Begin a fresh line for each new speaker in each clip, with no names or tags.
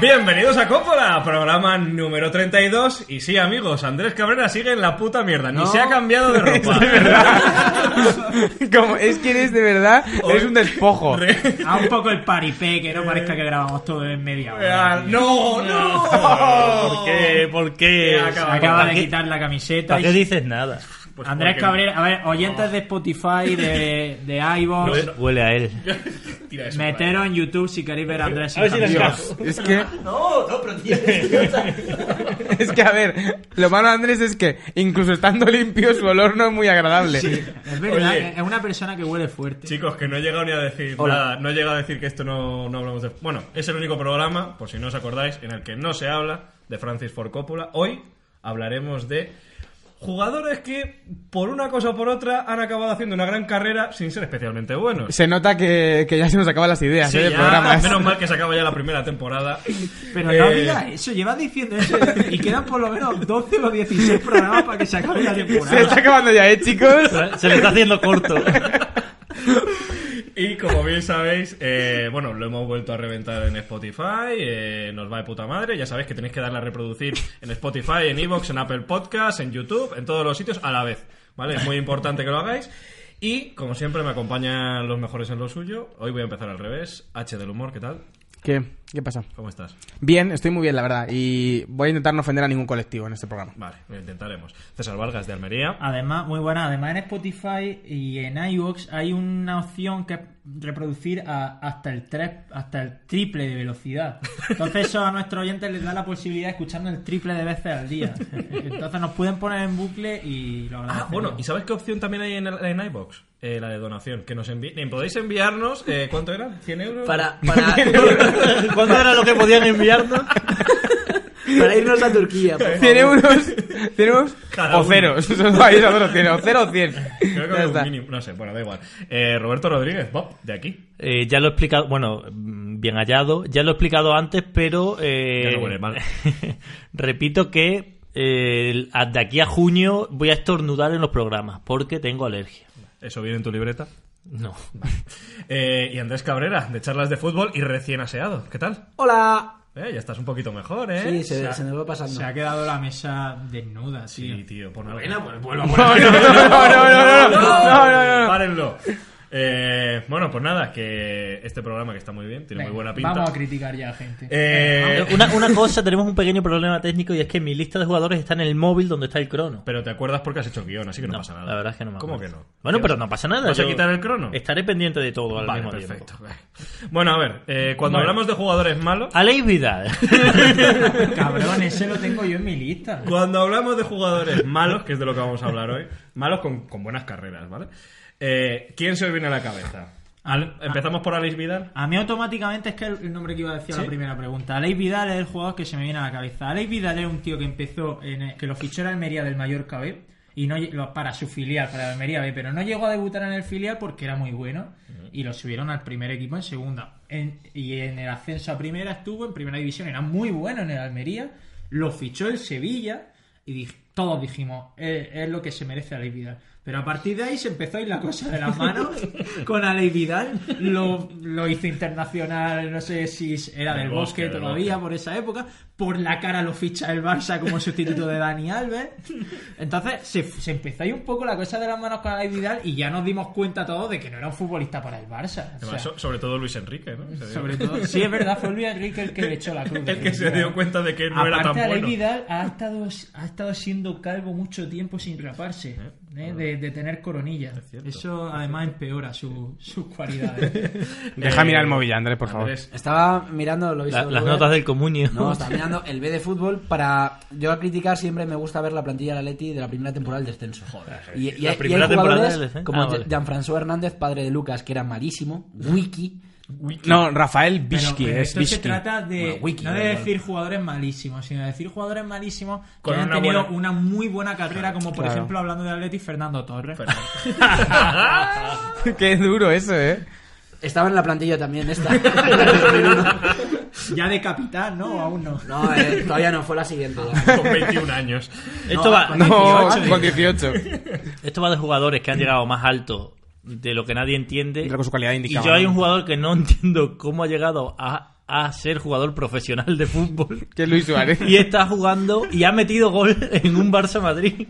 Bienvenidos a Cópola, programa número 32. Y sí, amigos, Andrés Cabrera sigue en la puta mierda. Ni
No.
se ha cambiado de ropa.
Es de verdad. Como, es que eres de verdad, eres un despojo.
Re-
A Ah, un poco el paripé, que no parezca que grabamos todo en media hora.
Ah, ¡No, no!
¿Por qué? ¿Por qué?
Acaba-
Acaba
¿Para
de
qué-
quitar la camiseta.
¿Para
y-
qué dices nada?
Pues
Andrés
porque-
Cabrera, a ver, oyentes de Spotify, de, de iVoox,
Hue- Huele a él.
Tira eso,
meteros en YouTube si queréis ver a Andrés
A ver si
sin
las
camisa.
gafas.
Es que,
No, no, pero tío, es
es que a ver, lo malo de Andrés es que incluso estando limpio su olor no es muy agradable.
Es verdad,
Oye.
es una persona que huele fuerte.
Chicos, que no he llegado ni a decir nada, no he llegado a decir que esto no, no hablamos de... Bueno, es el único programa, por si no os acordáis, en el que no se habla de Francis Ford Coppola. Hoy hablaremos de jugadores que, por una cosa o por otra, han acabado haciendo una gran carrera sin ser especialmente buenos.
Se nota que, que ya se nos acaban las ideas
Sí,
¿eh? de
ya,
programas.
menos mal que se acaba ya la primera temporada.
Pero
Eh,
no digas eso, llevas diciendo eso y quedan por lo menos 12 o 16 programas para que se acabe la
Se está
temporada.
acabando ya, ¿eh, chicos?
Se le está haciendo corto.
Y como bien sabéis, eh, bueno, lo hemos vuelto a reventar en Spotify, eh, nos va de puta madre, ya sabéis que tenéis que darle a reproducir en Spotify, en Evox, en Apple Podcasts, en YouTube, en todos los sitios a la vez, ¿vale? Es muy importante que lo hagáis. Y como siempre me acompañan los mejores en lo suyo, hoy voy a empezar al revés, H del humor, ¿qué tal?
¿Qué? ¿Qué pasa?
¿Cómo estás?
Bien, estoy muy bien, la verdad. Y voy a intentar no ofender a ningún colectivo en este programa.
Vale, lo intentaremos. César Vargas de Almería.
Además, muy buena, además en Spotify y en iVoox hay una opción que es reproducir a- hasta, el tres- hasta el triple de velocidad. Entonces eso a nuestros oyentes les da la posibilidad de escucharnos el triple de veces al día. Entonces nos pueden poner en bucle y lo
Ah,
agradecemos.
bueno, ¿y sabes qué opción también hay en, en iVoox? Eh, la de donación, que nos envíen. Podéis enviarnos, eh, ¿cuánto era? ¿100 euros?
Para, para,
¿Cuándo era lo que podían enviarnos?
para irnos a Turquía. por favor.
100 euros, 100 euros
Cada
o
uno.
ceros. Solo hay esos dos opciones, o cero o 100.
Creo
Ya
que
está.
un mínimo, no sé, bueno, da igual. Eh, Roberto Rodríguez, Bob, de aquí.
Eh, ya lo he explicado, bueno, mm, bien hallado. Ya lo he explicado antes, pero. eh,
Ya no huele mal.
repito que eh, el- a- de aquí a junio voy a estornudar en los programas porque tengo alergia.
Eso viene en tu libreta.
No.
Eh, y Andrés Cabrera, de charlas de fútbol y recién aseado. ¿Qué tal?
Hola.
Eh, ya estás un poquito mejor, ¿eh?
Sí, se,
O sea,
se nos va pasando.
Se ha quedado la mesa desnuda, tío.
Sí, tío, por nada.
No, no, no, no, no, no, no, no, no, no.
Párenlo. Eh, bueno, pues nada, que este programa que está muy bien, tiene
Venga,
muy buena pinta.
Vamos a criticar ya, gente.
Eh,
Una, una cosa, tenemos un pequeño problema técnico y es que mi lista de jugadores está en el móvil donde está el crono.
pero te acuerdas porque has hecho guión, así que no, pasa nada.
La verdad es que no me
¿Cómo que
acuerdo.
no?
Bueno,
¿Qué
pero
vas-
no pasa nada.
¿Vas a
yo
quitar el crono?
Estaré pendiente de todo al
Vale,
mismo
perfecto.
tiempo.
Bueno, a ver, eh, cuando
Vale.
hablamos de jugadores malos,
Aleix Vidal.
Cabrón, ese lo tengo yo en mi lista.
Cuando hablamos de jugadores malos, que es de lo que vamos a hablar hoy, malos con, con buenas carreras, ¿vale? Eh, ¿Quién se os viene a la cabeza? Al- ¿Empezamos por Alex Vidal?
A mí automáticamente es que el nombre que iba a decir a la primera pregunta. Aleix Vidal es el jugador que se me viene a la cabeza. Aleix Vidal es un tío que empezó, en el- que lo fichó el Almería del Mallorca B y no lle- lo- para su filial, para el Almería B, pero no llegó a debutar en el filial porque era muy bueno y lo subieron al primer equipo en segunda. En- y en el ascenso a primera estuvo en primera división, era muy bueno en el Almería, lo fichó el Sevilla y dij- todos dijimos, "Eh, es, lo que se merece Aleix Vidal. Pero a partir de ahí se empezó a ir la cosa de las manos con Aleix Vidal. Lo, lo hizo internacional, no sé si era del,
Del bosque,
bosque,
del
todavía por esa época. Por la cara lo ficha el Barça como sustituto de Dani Alves. Entonces se, se empezó ahí un poco la cosa de las manos con Aleix Vidal y ya nos dimos cuenta todos de que no era un futbolista para el Barça. O sea,
Además, so- sobre todo Luis Enrique, ¿no? Se dio-
sobre todo, sí es verdad, fue Luis Enrique el que le echó la cruz.
el que se dio cuenta de que no
Aparte,
era tan
Aleix
bueno.
Vidal ha estado, ha estado siendo calvo mucho tiempo sin raparse, ¿eh? de, de tener coronilla.
cierto,
Eso además empeora su- sus cualidades.
Deja
Eh,
mirar el móvil, Andrés, por favor.
Andrés,
Estaba mirando, lo he visto.
La-
en
las
Google.
notas del comunio.
No, estaba mirando el B de fútbol para. Yo a criticar siempre me gusta ver la plantilla del Atleti de la primera temporada del descenso. Joder. Y, y-
Ah, La
y
primera
hay
temporada
jugadores
del descenso.
como
Ah, vale.
Jean-François Hernández, padre de Lucas, que era malísimo. Wiki.
No, Rafael
Pero,
Bishki,
eh,
pero
es
esto se
Bishki.
trata de
Bueno, Wiki,
no
da
de
igual.
decir jugadores malísimos, sino de decir jugadores malísimos
Con
que han
una
tenido
buena-
una muy buena carrera, como por
Claro.
ejemplo hablando de Atleti Fernando Torres.
Qué duro eso, ¿eh?
Estaba en la plantilla también esta. no,
Ya de capitán, ¿no? Aún no.
eh, todavía no, fue la siguiente.
con 21 años.
Esto, va,
No, con 18.
esto va de jugadores que han llegado más alto de lo que nadie entiende.
De lo que su calidad
y
indicaba.
yo hay
¿no?
un jugador que no entiendo cómo ha llegado a a ser jugador profesional de fútbol.
Que es Luis Suárez.
Y está jugando y ha metido gol en un Barça Madrid.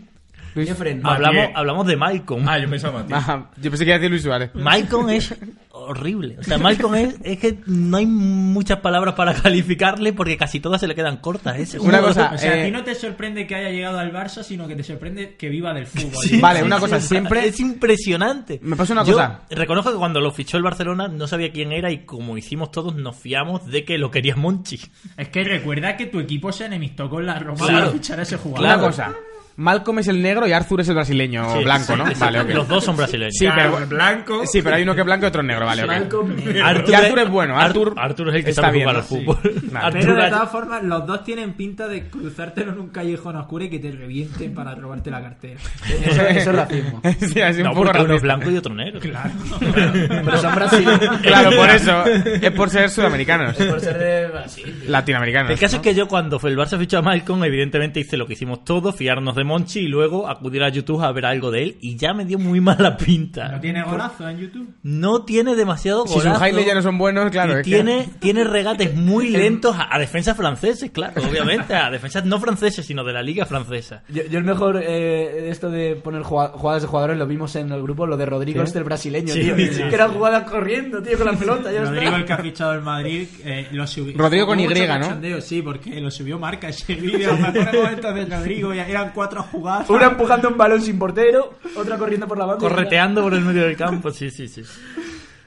Luis-
Jeffrey,
Ah,
Hablamos,
bien.
hablamos de Malcolm.
Ah, yo pensaba en ti.
Ajá, yo pensé que iba a decir Luis Suárez.
Malcolm es horrible. O sea, Malcolm es, es que no hay muchas palabras para calificarle porque casi todas se le quedan cortas. Es un-
Una cosa,
O sea,
eh,
a ti no te sorprende que haya llegado al Barça, sino que te sorprende que viva del fútbol.
Sí,
Vale,
sí,
una
sí,
cosa,
o sea,
siempre-
Es impresionante.
Me pasa una
Yo
cosa.
Reconozco que cuando lo fichó el Barcelona no sabía quién era y como hicimos todos nos fiamos de que lo quería Monchi.
Es que recuerda que tu equipo se enemistó con la Roma
Claro.
para fichar a ese jugador.
Una cosa. Malcolm es el negro y Arthur es el brasileño
Sí,
blanco,
sí,
¿no?
sí, sí.
Vale, ok.
Los dos son brasileños.
Sí, pero-
Claro, blanco.
Sí, pero hay uno que es blanco y otro es negro, vale, ok.
eh,
Arthur,
Y Arthur es bueno,
Ar-
Arthur
es el que
está
sabe
bien,
jugar
¿no?
al fútbol.
Sí. Vale.
Pero
Arthur
de
es-
todas formas, los dos tienen pinta de cruzártelo en un callejón oscuro y que te revienten para robarte la cartera.
eso, eso es racismo.
Sí, así
no,
un poco
porque uno
racista.
es blanco y otro negro.
Claro.
Pero son brasileños.
Claro, por eso. Es por ser sudamericanos.
Por ser de Brasil.
Latinoamericanos.
El caso es que yo cuando fue el Barça fichó a Malcolm, evidentemente hice lo que hicimos todos, fiarnos de Monchi y luego acudir a YouTube a ver algo de él y ya me dio muy mala pinta.
No tiene golazo en YouTube.
No tiene demasiado
Si
golazo.
sus highlights ya no son buenos, claro.
y
es que-
tiene, tiene regates muy lentos a, a defensas franceses, claro, obviamente, a defensas no franceses, sino de la liga francesa.
Yo, yo el mejor, eh, esto de poner jugua- jugadas de jugadores, lo vimos en el grupo, lo de Rodrigo, este el brasileño,
Sí,
tío.
sí, sí.
que eran jugadas corriendo, tío, con la pelota. Ya
Rodrigo,
está.
el que ha fichado el Madrid, eh, lo subió.
Rodrigo con
Hubo
Y,
mucho
¿no?
cachondeo, Sí, porque lo subió marca ese vídeo. Me acuerdo momentos de Rodrigo y eran cuatro jugadas.
Una empujando un balón sin portero, otra corriendo por la banda.
Correteando por el medio del campo, sí, sí, sí.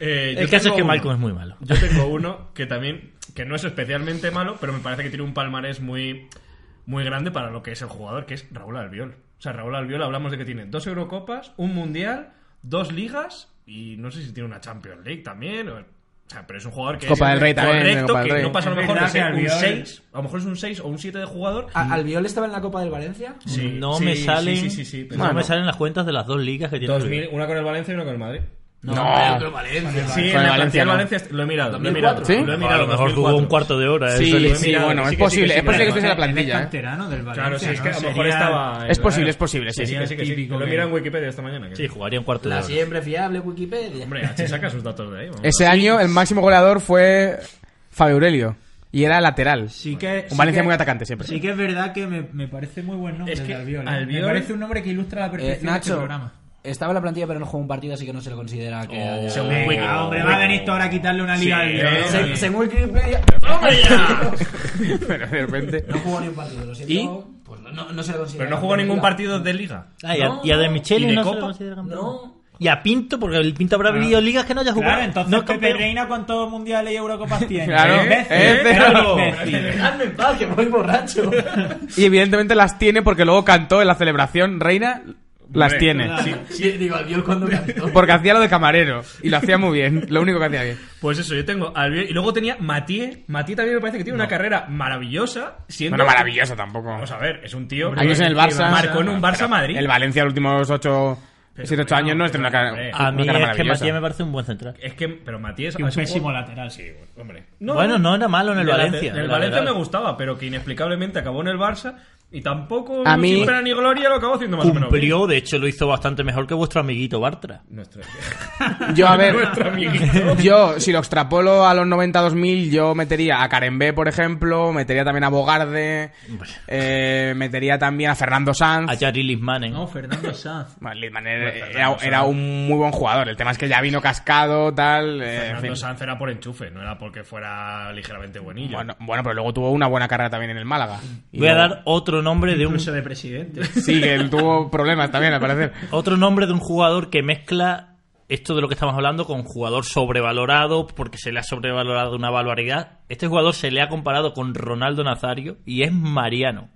Eh, yo
El caso es
tengo
que
uno.
Malcolm es muy malo.
Yo tengo uno que también, que no es especialmente malo, pero me parece que tiene un palmarés muy, muy grande para lo que es el jugador, que es Raúl Albiol. O sea, Raúl Albiol hablamos de que tiene dos Eurocopas, un Mundial, dos Ligas y no sé si tiene una Champions League también. O, o sea, pero es un jugador que
Copa
es
del Rey también,
correcto,
Copa del
que
Rey.
no pasa a lo
Es
mejor de
verdad que
ser un
Albiol-
6, a lo mejor es un 6 o un 7 de jugador.
A- ¿Albiol estaba en la Copa del Valencia?
Sí,
no
sí,
me
sí,
salen,
sí, sí, sí, pero
no
bueno.
me salen las cuentas de las dos ligas que tiene. el
2000, una con el Valencia y una con el Madrid.
No.
Sí, en la
Con el Valencia
plantilla del
no.
Valencia lo he mirado, lo he mirado.
¿Sí?
Lo he
Bilbao.
mirado,
a lo mejor jugó
2004.
un cuarto de hora. eh, eso
Sí,
lo he
sí,
mirado,
bueno,
sí
es
que sí,
posible.
que sí,
es posible que
pero
estuviese en la
Él es
plantilla. ¿eh?
canterano del Valencia.
Claro, sí, es que a lo
¿no? Sería-
mejor estaba.
Es posible,
¿verdad?
es posible, sí,
Sí,
sí.
que sí, que sí.
típico
Lo
que-
mira en Wikipedia esta mañana. que
Sí, jugaría un cuarto de
La
hora.
siempre fiable Wikipedia.
Hombre, H saca sus datos de ahí. vamos.
Ese año el máximo goleador fue Fabio Aurelio. Y era lateral.
Sí que, sí
Un Valencia
que-
muy atacante siempre.
Sí que es verdad que me, me parece muy buen nombre
Es
el
que
de Albiol. ¿eh?
Albiol-
Me parece un nombre que ilustra la
Eh,
perfección de este
Nacho,
programa.
estaba en la plantilla pero no jugó un partido, así que no se le considera que...
Oh.
haya-
Según
Venga,
Wiki-
hombre, va a venir tú ahora a quitarle una liga
Sí,
al
eh,
Albiol.
Se-
sí.
según Wikipedia,
¡Toma ya!
Pero de repente.
no jugó ni un partido, lo siento.
¿Y?
Pues no, no, no se le considera
Pero no jugó ningún
¿Eh?
campeón.
partido de liga.
Ah, y, a, y a De Michele
¿Y de
no se
Copa? Ah.
lo considera campeón.
No.
Y a Pinto, porque el Pinto habrá vivido ligas que no haya jugado.
Claro, entonces
no es
Pepe
campeón.
Reina cuántos mundiales y eurocopas tiene.
Claro,
Imbécil,
eh,
claro.
imbécil.
Dejadme en paz, que voy borracho.
Y evidentemente las tiene porque luego cantó en la celebración. Reina las
Hombre,
tiene.
sí.
Sí, digo, Albiol cuando cantó.
Porque hacía lo de camarero. Y lo hacía muy bien. Lo único que hacía bien.
Pues eso, yo tengo Albiol. Y luego tenía Matié. Matié también me parece que tiene una carrera maravillosa. Siendo...
Bueno, maravilloso tampoco.
Vamos a ver, es un tío.
Años en el Barça.
Marcó en un
Pero
Barça Madrid.
El Valencia, los últimos 8, 7, 8
bueno,
años, no es
pero,
una cara.
hombre.
A
una
mí
cara
es que
maravillosa.
Matías me parece un buen central.
Es que, pero Matié es
Y un
es
pésimo
jugador-
lateral.
Sí, bueno, hombre.
Bueno, no era malo en el
De la-
Valencia,
En el
la
Valencia me
verdad.
gustaba, pero que inexplicablemente acabó en el Barça. Y tampoco,
A mí-
sin pena ni gloria, lo acabó haciendo más o menos. bien.
Cumplió, de hecho lo hizo bastante mejor que vuestro amiguito Bartra.
Nuestro,
Yo, a ver.
nuestro amiguito.
Yo, si lo extrapolo a los 90-2000, yo metería a Karen B, por ejemplo, metería también a Bogarde, eh, metería también a Fernando Sanz.
A Yari Lismanen.
No, Fernando Sanz.
Bueno, Lidman era, era- era un muy buen jugador. El tema es que ya vino cascado, tal. eh, en
Fernando
fin.
Sanz era por enchufe, no era porque fuera ligeramente buenillo.
bueno, bueno, pero luego tuvo una buena carrera también en el Málaga. Y
Voy a
luego-
dar otro nombre de un
Incluso de presidente.
Sí, que él tuvo problemas también, al parecer.
otro nombre de un jugador que mezcla esto de lo que estamos hablando con jugador sobrevalorado porque se le ha sobrevalorado una barbaridad. Este jugador se le ha comparado con Ronaldo Nazario y es Mariano,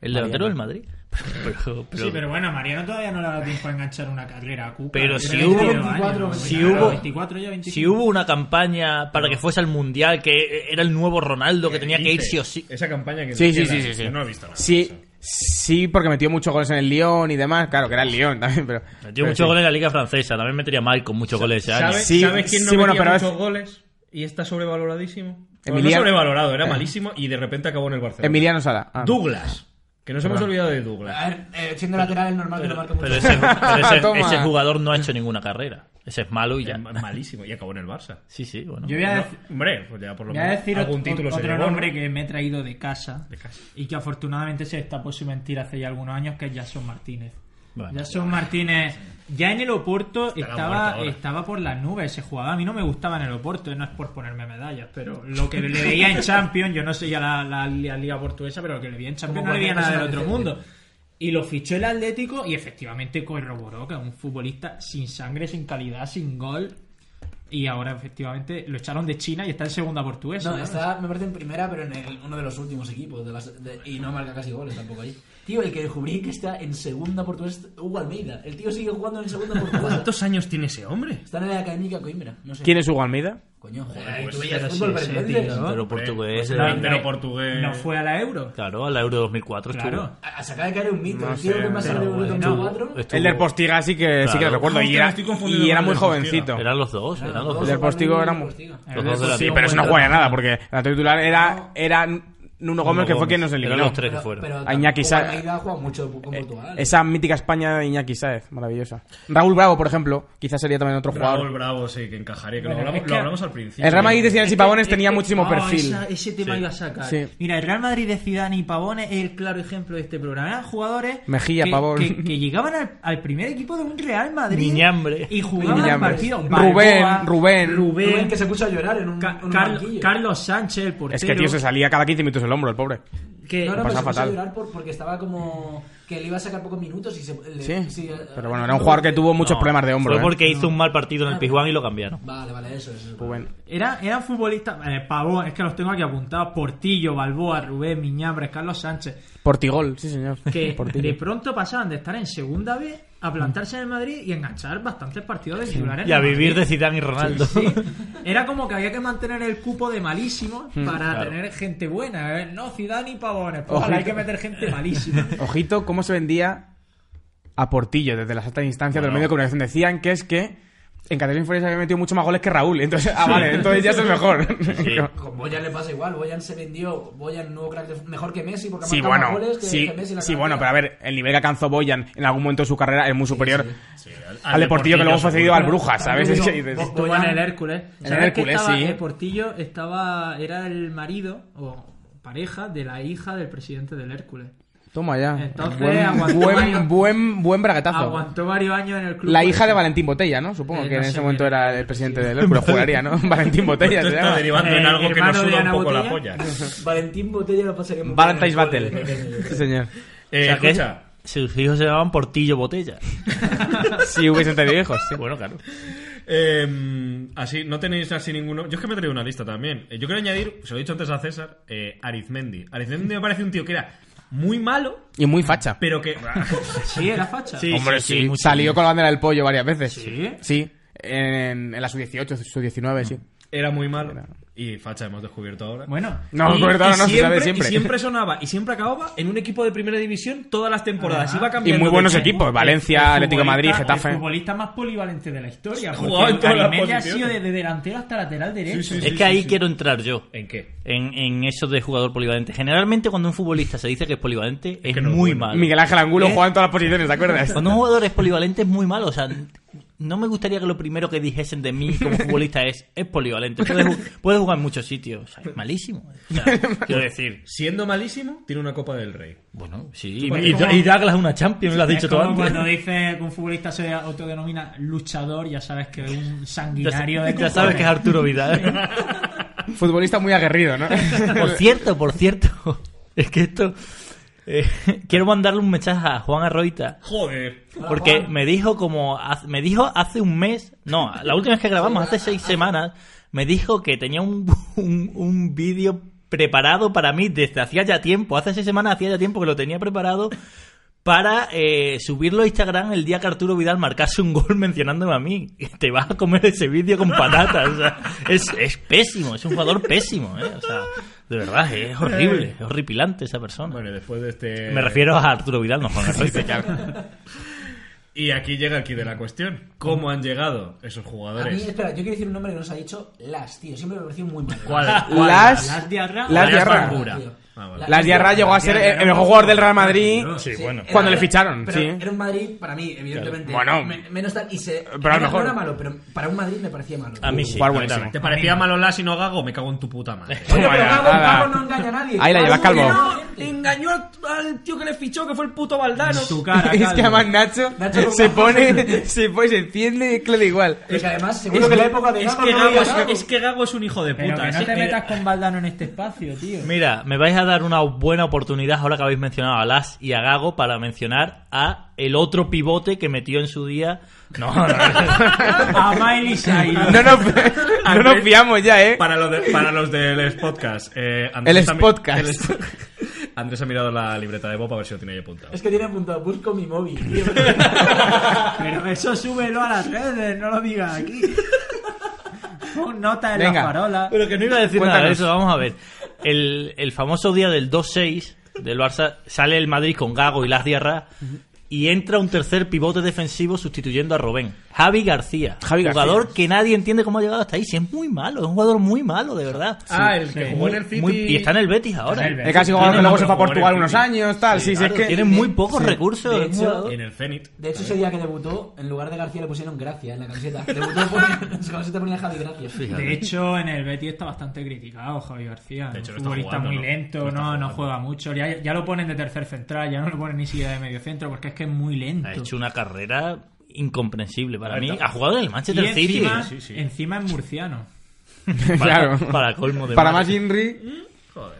el delantero del Madrid. Pero, pero-
Sí, pero bueno, Mariano todavía no le ha dado tiempo a enganchar una carrera a Cuca.
Pero si
Tiene
hubo-
22 años, este ¿no?
si
Claro,
hubo-
24 ya, 25.
si hubo una campaña para que fuese al mundial que era el nuevo Ronaldo que tenía que ir sí o sí.
Esa campaña que
Sí, sí,
que
sí,
la-
sí, sí.
yo no he visto nada.
Sí, sí, porque metió muchos goles en el Lyon y demás. Claro, que era el Lyon también, pero...
Metió
pero
muchos
sí.
goles en la Liga Francesa. También metería mal con muchos goles ese año.
¿Sabes,
Sí,
sabes quién no
sí, bueno,
metía
pero
muchos
es-
goles y está sobrevaloradísimo?
Emiliano-
No sobrevalorado,
Eh.
era malísimo y de repente acabó en el Barcelona.
Emiliano Sala. Ah.
Douglas. Que nos hemos olvidado de Douglas.
A ver, eh, siendo lateral es normal que lo marque mucho.
Pero, ese, pero ese-
Toma.
ese jugador no ha hecho ninguna carrera. Ese es malo y ya.
Es Eh, ma- malísimo. Y acabó en el Barça.
Sí, sí, bueno.
Yo voy a,
No,
dec-
hombre, pues ya por lo
voy a
menos
decir
algún
ot-
título se
otro
llevó, ¿no?
nombre que me he traído de casa,
De casa.
y que afortunadamente se destapó su mentira hace ya algunos años, que es Jason Martínez.
Bueno,
Jason Martínez, ya en el Oporto
muerto
estaba,
ahora.
estaba por las nubes ese jugador. A mí no me gustaba en el Oporto, no es por ponerme medallas, pero lo que le veía en Champions, yo no sé ya la, la- la liga portuguesa, pero lo que le veía en Champions
Como
no le veía nada
cualquier
del otro
persona
mundo. Y lo fichó el Atlético y efectivamente corroboró que es un futbolista sin sangre, sin calidad, sin gol. Y ahora efectivamente lo echaron de China y está en segunda portuguesa.
No,
¿no?
está, me parece en primera, pero en el- uno de los últimos equipos. de las- de- y no marca casi goles tampoco ahí. Tío, el que descubrí que está en segunda portuguesa es Hugo Almeida. El tío sigue jugando en segunda portuguesa.
¿Cuántos años tiene ese hombre?
Está en la académica Coimbra. No sé.
¿Quién es Hugo Almeida?
Coño, joder,
Joder,
tú
pues
veías
Pero sí,
fútbol, pero
ese
entonces,
tío,
¿no?
pero portugués. eh,
Pues
era-
el delantero portugués.
No fue a la Euro.
Claro, al Euro 2004 estuvo.
Claro.
A, a sacar de cara un mito.
No
el tío
sé,
que más
pero
salió en el
bueno,
2004.
estuvo-
El del Postiga sí que, sí que
Claro.
recuerdo.
Ah,
Y
hostia, me
era,
estoy confundiendo
y
con
era
el
muy
del Postiga.
jovencito.
Eran los dos, eran los
El
dos.
del Postigo era muy-
Los dos de la
Sí,
Liga.
pero eso no juega nada, porque la titular era, era Nuno Gómez, que fue quien nos
Eran
eliminó.
los tres que fueron.
A Iñaki
Hugo
Sa-
Almeida juega mucho con Portugal.
Esa mítica España de Iñaki Sáez, maravillosa. Raúl Bravo, por ejemplo, quizás sería también otro
Raúl
jugador.
Bravo, sí, que encajaría. Que lo,
Bueno,
hablamos,
es
lo
que-
hablamos al principio.
El Real Madrid de Zidane y Pavones tenía muchísimo
Ah,
perfil.
esa- ese tema
Sí.
iba a sacar.
Sí.
Mira, el Real Madrid de Zidane y Pavón es el claro ejemplo de este programa. Eran jugadores
Mejía,
que,
Pavón.
que- que llegaban al, al primer equipo de un Real Madrid
Miñambre.
y jugaban
Miñambre.
partidos.
Rubén,
Balboa,
Rubén.
Rubén,
Rubén, que se escucha llorar en un,
Ca-
en un
Carl-
banquillo.
Carlos Sánchez, el portero.
Es que, tío, se salía cada 15 minutos el hombro, el pobre.
que-
No, no,
Lo
pero
pasaba
se puso a
Eh, fatal.
llorar por- porque estaba como que le iba a sacar pocos minutos y se le-
Sí.
eh,
Pero bueno, era un jugador que tuvo muchos
No,
problemas de hombro.
Fue
¿eh?
porque hizo un mal partido en el Pizjuán y lo cambiaron.
Vale, vale, eso, eso. eso.
Rubén.
Era, eran futbolistas. eh, Pavón, es que los tengo aquí apuntados. Portillo, Balboa, Rubén, Miñambres, Carlos Sánchez.
Portigol, sí, señor.
que
Portillo.
de pronto pasaban de estar en segunda B a plantarse en el Madrid y enganchar bastantes partidos de titulares. en
Y a
el
vivir
Madrid.
de Zidane y Ronaldo.
Era como que había que mantener el cupo de malísimo
Hmm,
para
claro.
tener gente buena. ¿eh? No, Zidane y Pavones. Pues, ojalá, hay que meter gente malísima.
Ojito, cómo se vendía a Portillo desde las altas instancias del
Bueno.
medio de comunicación. Decían que es que en Cataluña Influencia había metido mucho más goles que Raúl. Entonces, ah, vale, entonces ya es el mejor.
Sí.
Con Boyan le pasa igual. Boyan se vendió. Boyan nuevo crack de- mejor que Messi porque ha
Sí,
marcado
bueno,
más goles que,
sí,
que Messi en la
sí,
carrera.
bueno, pero a ver, el nivel que alcanzó Boyan en algún momento de su carrera es muy superior
Sí, al,
al Deportivo que luego fue cedido al
seguro.
Brujas, ¿sabes? Es que dices,
Estuvo en el Hércules.
En
¿Sabes
el
que
Hércules,
estaba-
sí.
eh, Portillo estaba, era el marido o pareja de la hija del presidente del Hércules.
Toma ya.
Entonces, aguantó
buen, buen,
varios-
buen, buen braguetazo.
Aguantó varios años en el club. Pues,
La hija de Valentín Botella, ¿no? Supongo
Eh,
que
no
en
sé
ese momento
quién es.
era el presidente del Hércules, juraría, ¿no? Valentín Botella
Esto
se
está
llama.
pues derivando en
Eh,
algo que
hermano
nos
de
suda un
Ana
poco la
Botella.
polla.
Valentín Botella lo pasaría muy
Valentine's
bien en el
Battle.
fútbol.
Sí, señor.
Eh,
O sea que
escucha,
sus hijos se llamaban Portillo Botella.
Si hubiesen tenido hijos, sí.
Bueno, claro.
eh, así, no tenéis así ninguno. Yo es que me he traído una lista también. Eh, Yo quiero añadir, se lo he dicho antes a César, eh, Arizmendi. Arizmendi me parece un tío que era muy malo,
Y muy facha.
pero que.
Sí, era facha.
Sí,
Hombre,
sí,
sí.
mucho.
Salió con la bandera del pollo varias veces.
¿Sí?
Sí. En, en la sub-18, sub-19, sí.
era muy malo. Y facha, hemos descubierto ahora.
Bueno,
No,
Y-
pero
y
ahora no, se sabe
y
siempre.
siempre sonaba y siempre acababa en un equipo de primera división todas las temporadas.
Ah.
Iba cambiando
Y muy
de
buenos
equipo.
equipos, Valencia,
el
Atlético de Madrid,
futbolista-
Getafe.
El futbolista más polivalente de la historia.
Ha jugado
Porque
en todas las
Arimella ha sido
posiciones.
desde delantero hasta lateral derecho.
Sí, sí,
Es que ahí quiero entrar yo.
¿En qué?
En, en eso de jugador polivalente. Generalmente cuando un futbolista se dice que es polivalente es,
que no es
muy
bueno.
malo.
Miguel Ángel Angulo jugaba en todas las posiciones, ¿te acuerdas?
Cuando un jugador es polivalente es muy malo. O sea, no me gustaría que lo primero que dijesen de mí como futbolista es es polivalente. Puede, ju- puede jugar en muchos sitios. O sea, es malísimo. O sea, quiero decir,
Siendo malísimo, tiene una Copa del Rey.
bueno, sí.
Pues
y,
como-
y Douglas es una Champions, lo has dicho
es
tú
como
antes.
cuando dice que un futbolista se autodenomina luchador, ya sabes que es un
Ya, sa-
sanguinario de
ya sabes que
cojones.
es Arturo Vidal.
Futbolista muy aguerrido, ¿no?
Por cierto, por cierto. Es que esto... eh, quiero mandarle un mensaje a Juan Arroita.
Joder.
Porque me dijo como... haz- Me dijo hace un mes... No, la última vez que grabamos, hace seis semanas, me dijo que tenía un, un, un vídeo preparado para mí desde hacía ya tiempo. Hace seis semanas hacía ya tiempo que lo tenía preparado para eh, subirlo a Instagram el día que Arturo Vidal marcase un gol mencionándome a mí. Te vas a comer ese vídeo con patatas. o sea, es, es pésimo, es un jugador pésimo. ¿eh? O sea, de verdad, es horrible, es horripilante esa persona.
Bueno, después de este.
Me refiero a Arturo Vidal, no Juan Arroyo.
Y aquí llega el kit de la cuestión. ¿Cómo han llegado esos
A mí,
jugadores?
espera, yo quiero decir un nombre que nos ha dicho Las, tío. Siempre me ha parecido muy mal.
¿Cuál? cuál?
Las,
Las de Arra-
Las de
Arias
Arra.
Bangura.
Tío.
Ah, vale.
Las Diarra llegó a ser el el mejor jugador del Real Madrid.
Sí,
Sí,
bueno.
era-
Cuando le
era-
ficharon,
pero
sí.
Era un Madrid para mí, evidentemente.
Claro. Bueno.
me- menos tal. Y se,
Pero a lo
era-
mejor-
No era malo, pero para un Madrid me parecía malo.
Ah,
A mí sí.
Jugar
a mí
buenísimo.
también.
¿Te parecía malo Las y no Gago? Me cago en tu puta madre.
Bueno, pero
Vaya,
Gago,
nada.
Gago no engaña a nadie.
Ahí la llevas,
Gago
Calvo.
engañó- engañó al tío que le fichó, que fue el puto Valdano.
Tu cara,
es que
Calvo.
además Nacho,
Nacho con
se
gafas.
pone, se pone, se enciende y clava igual.
Es que además, seguro que, en la época de
Es
Gago
que
no
Gago
había
es,
Gago.
es que Gago es un hijo de puta.
Pero que no
Ese-
te
eh,
metas con Valdano en este espacio, tío.
Mira, me vais a dar una buena oportunidad ahora que habéis mencionado a Las y a Gago para mencionar a el otro pivote que metió en su día. No, no,
A Miley Cyrus.
No nos, no nos fiamos ya, eh.
Para, lo de- para los del podcast. eh, Andrés
El
ha mi-
Spodcast.
el es- Andrés ha mirado la libreta de Bob a ver si lo tiene ahí apuntado.
Es que tiene apuntado, busco mi móvil. tío.
Pero eso súbelo a las redes, no lo digas aquí. Pon nota en
Venga.
la farola.
Pero que no iba a decir nada de
Cuéntanos.
eso, vamos a ver. El, el famoso día del 2-6 del Barça, sale el Madrid con Gago y Las Diarra y entra un tercer pivote defensivo sustituyendo a Robén. Javi García,
Javi García.
jugador que nadie entiende cómo ha llegado hasta ahí. Si es muy malo, es un jugador muy malo, de verdad.
Ah, el que jugó en el City.
Muy- y está en el Betis ahora.
Está en el Betis.
Es casi jugador que
Tiene
luego
otro
se fue a
jugador
Portugal
en
unos
City.
años, tal. eh, Sí, sí,
Claro,
es que.
tiene muy pocos recursos.
De
es un
hecho,
jugador-
Y en el Zenit.
De hecho, ese día que debutó, en lugar de García le pusieron Gracia en la camiseta. Debutó por, en su camiseta ponía Javi Gracia.
De hecho, en el Betis está bastante criticado Javi García.
De hecho,
un
no está
futbolista
jugando,
muy
¿no?
lento,
No
no,
está
no,
jugando.
juega mucho. Ya, ya lo ponen de tercer central, ya no lo ponen ni siquiera de medio centro porque es que es muy lento.
Ha hecho una carrera incomprensible para
Ahí
mí.
está.
Ha jugado en el
y
Manchester City.
encima,
Sí, sí, sí.
encima es murciano.
Para,
Claro.
para colmo de
Para
mal.
más Inri.
Joder.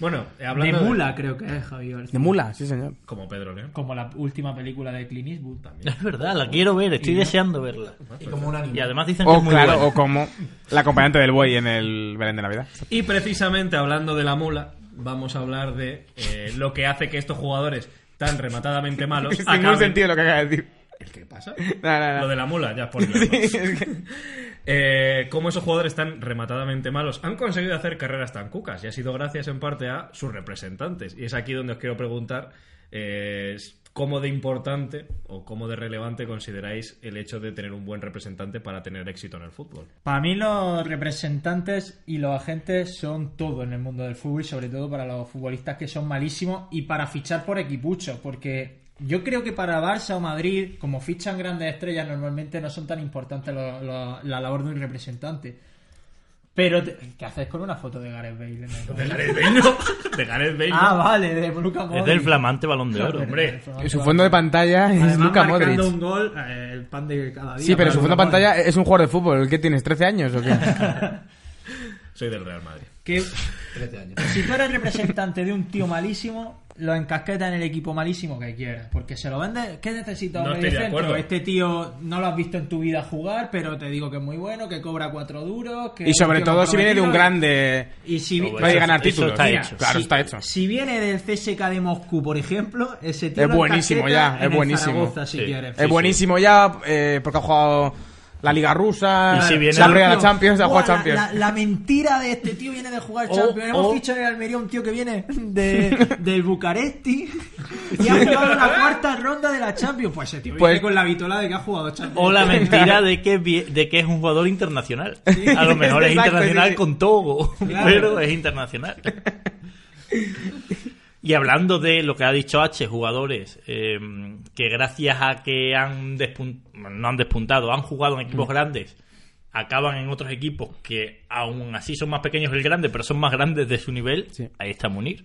Bueno, eh,
De
hablando de-
mula creo que es Javi García.
De mula, sí, señor.
Como Pedro León.
Como la última película de Clint Eastwood también.
Es verdad, la quiero ver, estoy deseando verla.
Y como un
Y
animal.
además dicen que Este es
O
muy
Oh, claro,
buena.
o como la acompañante del buey en el Belén de Navidad.
Y precisamente hablando de la mula, vamos a hablar de eh, lo que hace que estos jugadores tan rematadamente malos
Sin ningún
acaben...
sentido lo que acaba de decir.
¿Qué pasa?
No, no, no.
Lo de la mula, ya es por
Sí,
Dios, ¿no?
es que-
Eh, cómo esos jugadores tan rematadamente malos han conseguido hacer carreras tan cucas y ha sido gracias en parte a sus representantes. Y es aquí donde os quiero preguntar eh, cómo de importante o cómo de relevante consideráis el hecho de tener un buen representante para tener éxito en el fútbol.
Para mí los representantes y los agentes son todo en el mundo del fútbol, sobre todo para los futbolistas que son malísimos y para fichar por equipuchos, porque yo creo que para Barça o Madrid, como fichan grandes estrellas, normalmente no son tan importantes lo- lo- la labor de un representante. Pero, te- ¿qué haces con una foto de Gareth Bale? en el-
De Gareth Bale, ¿no? De Gareth Bale, ¿no?
ah, vale, de Luka
Es
oh.
Modric.
del flamante balón de oro.
Joder,
hombre.
del flamante
Su fondo de pantalla es
Además,
Luka
marcando
Modric.
un gol, eh, el pan de cada día.
Sí, pero
para
su fondo de
Luka Modric.
pantalla es un jugador de fútbol. ¿Qué tienes? ¿13 años o qué?
Soy del Real Madrid.
Que
13 años.
Si tú eres representante de un tío malísimo, lo encasqueta en el equipo malísimo que quieras. Porque se lo vende. ¿Qué necesitas? un
No estoy de
mediocentro?
acuerdo.
Este tío no lo has visto en tu vida jugar, pero te digo que es muy bueno, que cobra cuatro duros. Que
Y
es un
sobre
tío
todo si viene de un
comprometido. Pues
grande.
Y si,
No,
Va a
Eso-
ganar
eso
títulos.
está
Mira,
hecho.
Claro,
si-
está hecho.
Si viene del CSK de Moscú, por ejemplo, ese tío
Es
lo
buenísimo
encasqueta
ya,
en
es
el
buenísimo.
Zaragoza, si
Sí.
quieres.
Es buenísimo ya eh, porque ha jugado la Liga Rusa,
Y si viene
la
el-
Liga de la Champions, ha
Buah,
jugado Champions.
La, la mentira de este tío viene de jugar
O-
Champions. Hemos
o-
fichado en Almería un tío que viene de, del Bucaresti y ha jugado la cuarta ronda de la Champions. Pues ese tío
Pues-
viene con la vitola de que ha jugado Champions.
O Oh, la mentira de que, vi- de que es un jugador internacional. A lo mejor es
Exacto,
internacional
sí, sí.
con Togo,
Claro.
pero es internacional. Y hablando de lo que ha dicho H, jugadores eh, que gracias a que han despun- no han despuntado, han jugado
Mm.
en equipos grandes, acaban en otros equipos que aún así son más pequeños que el grande, pero son más grandes de su nivel,
Sí.
ahí está Munir.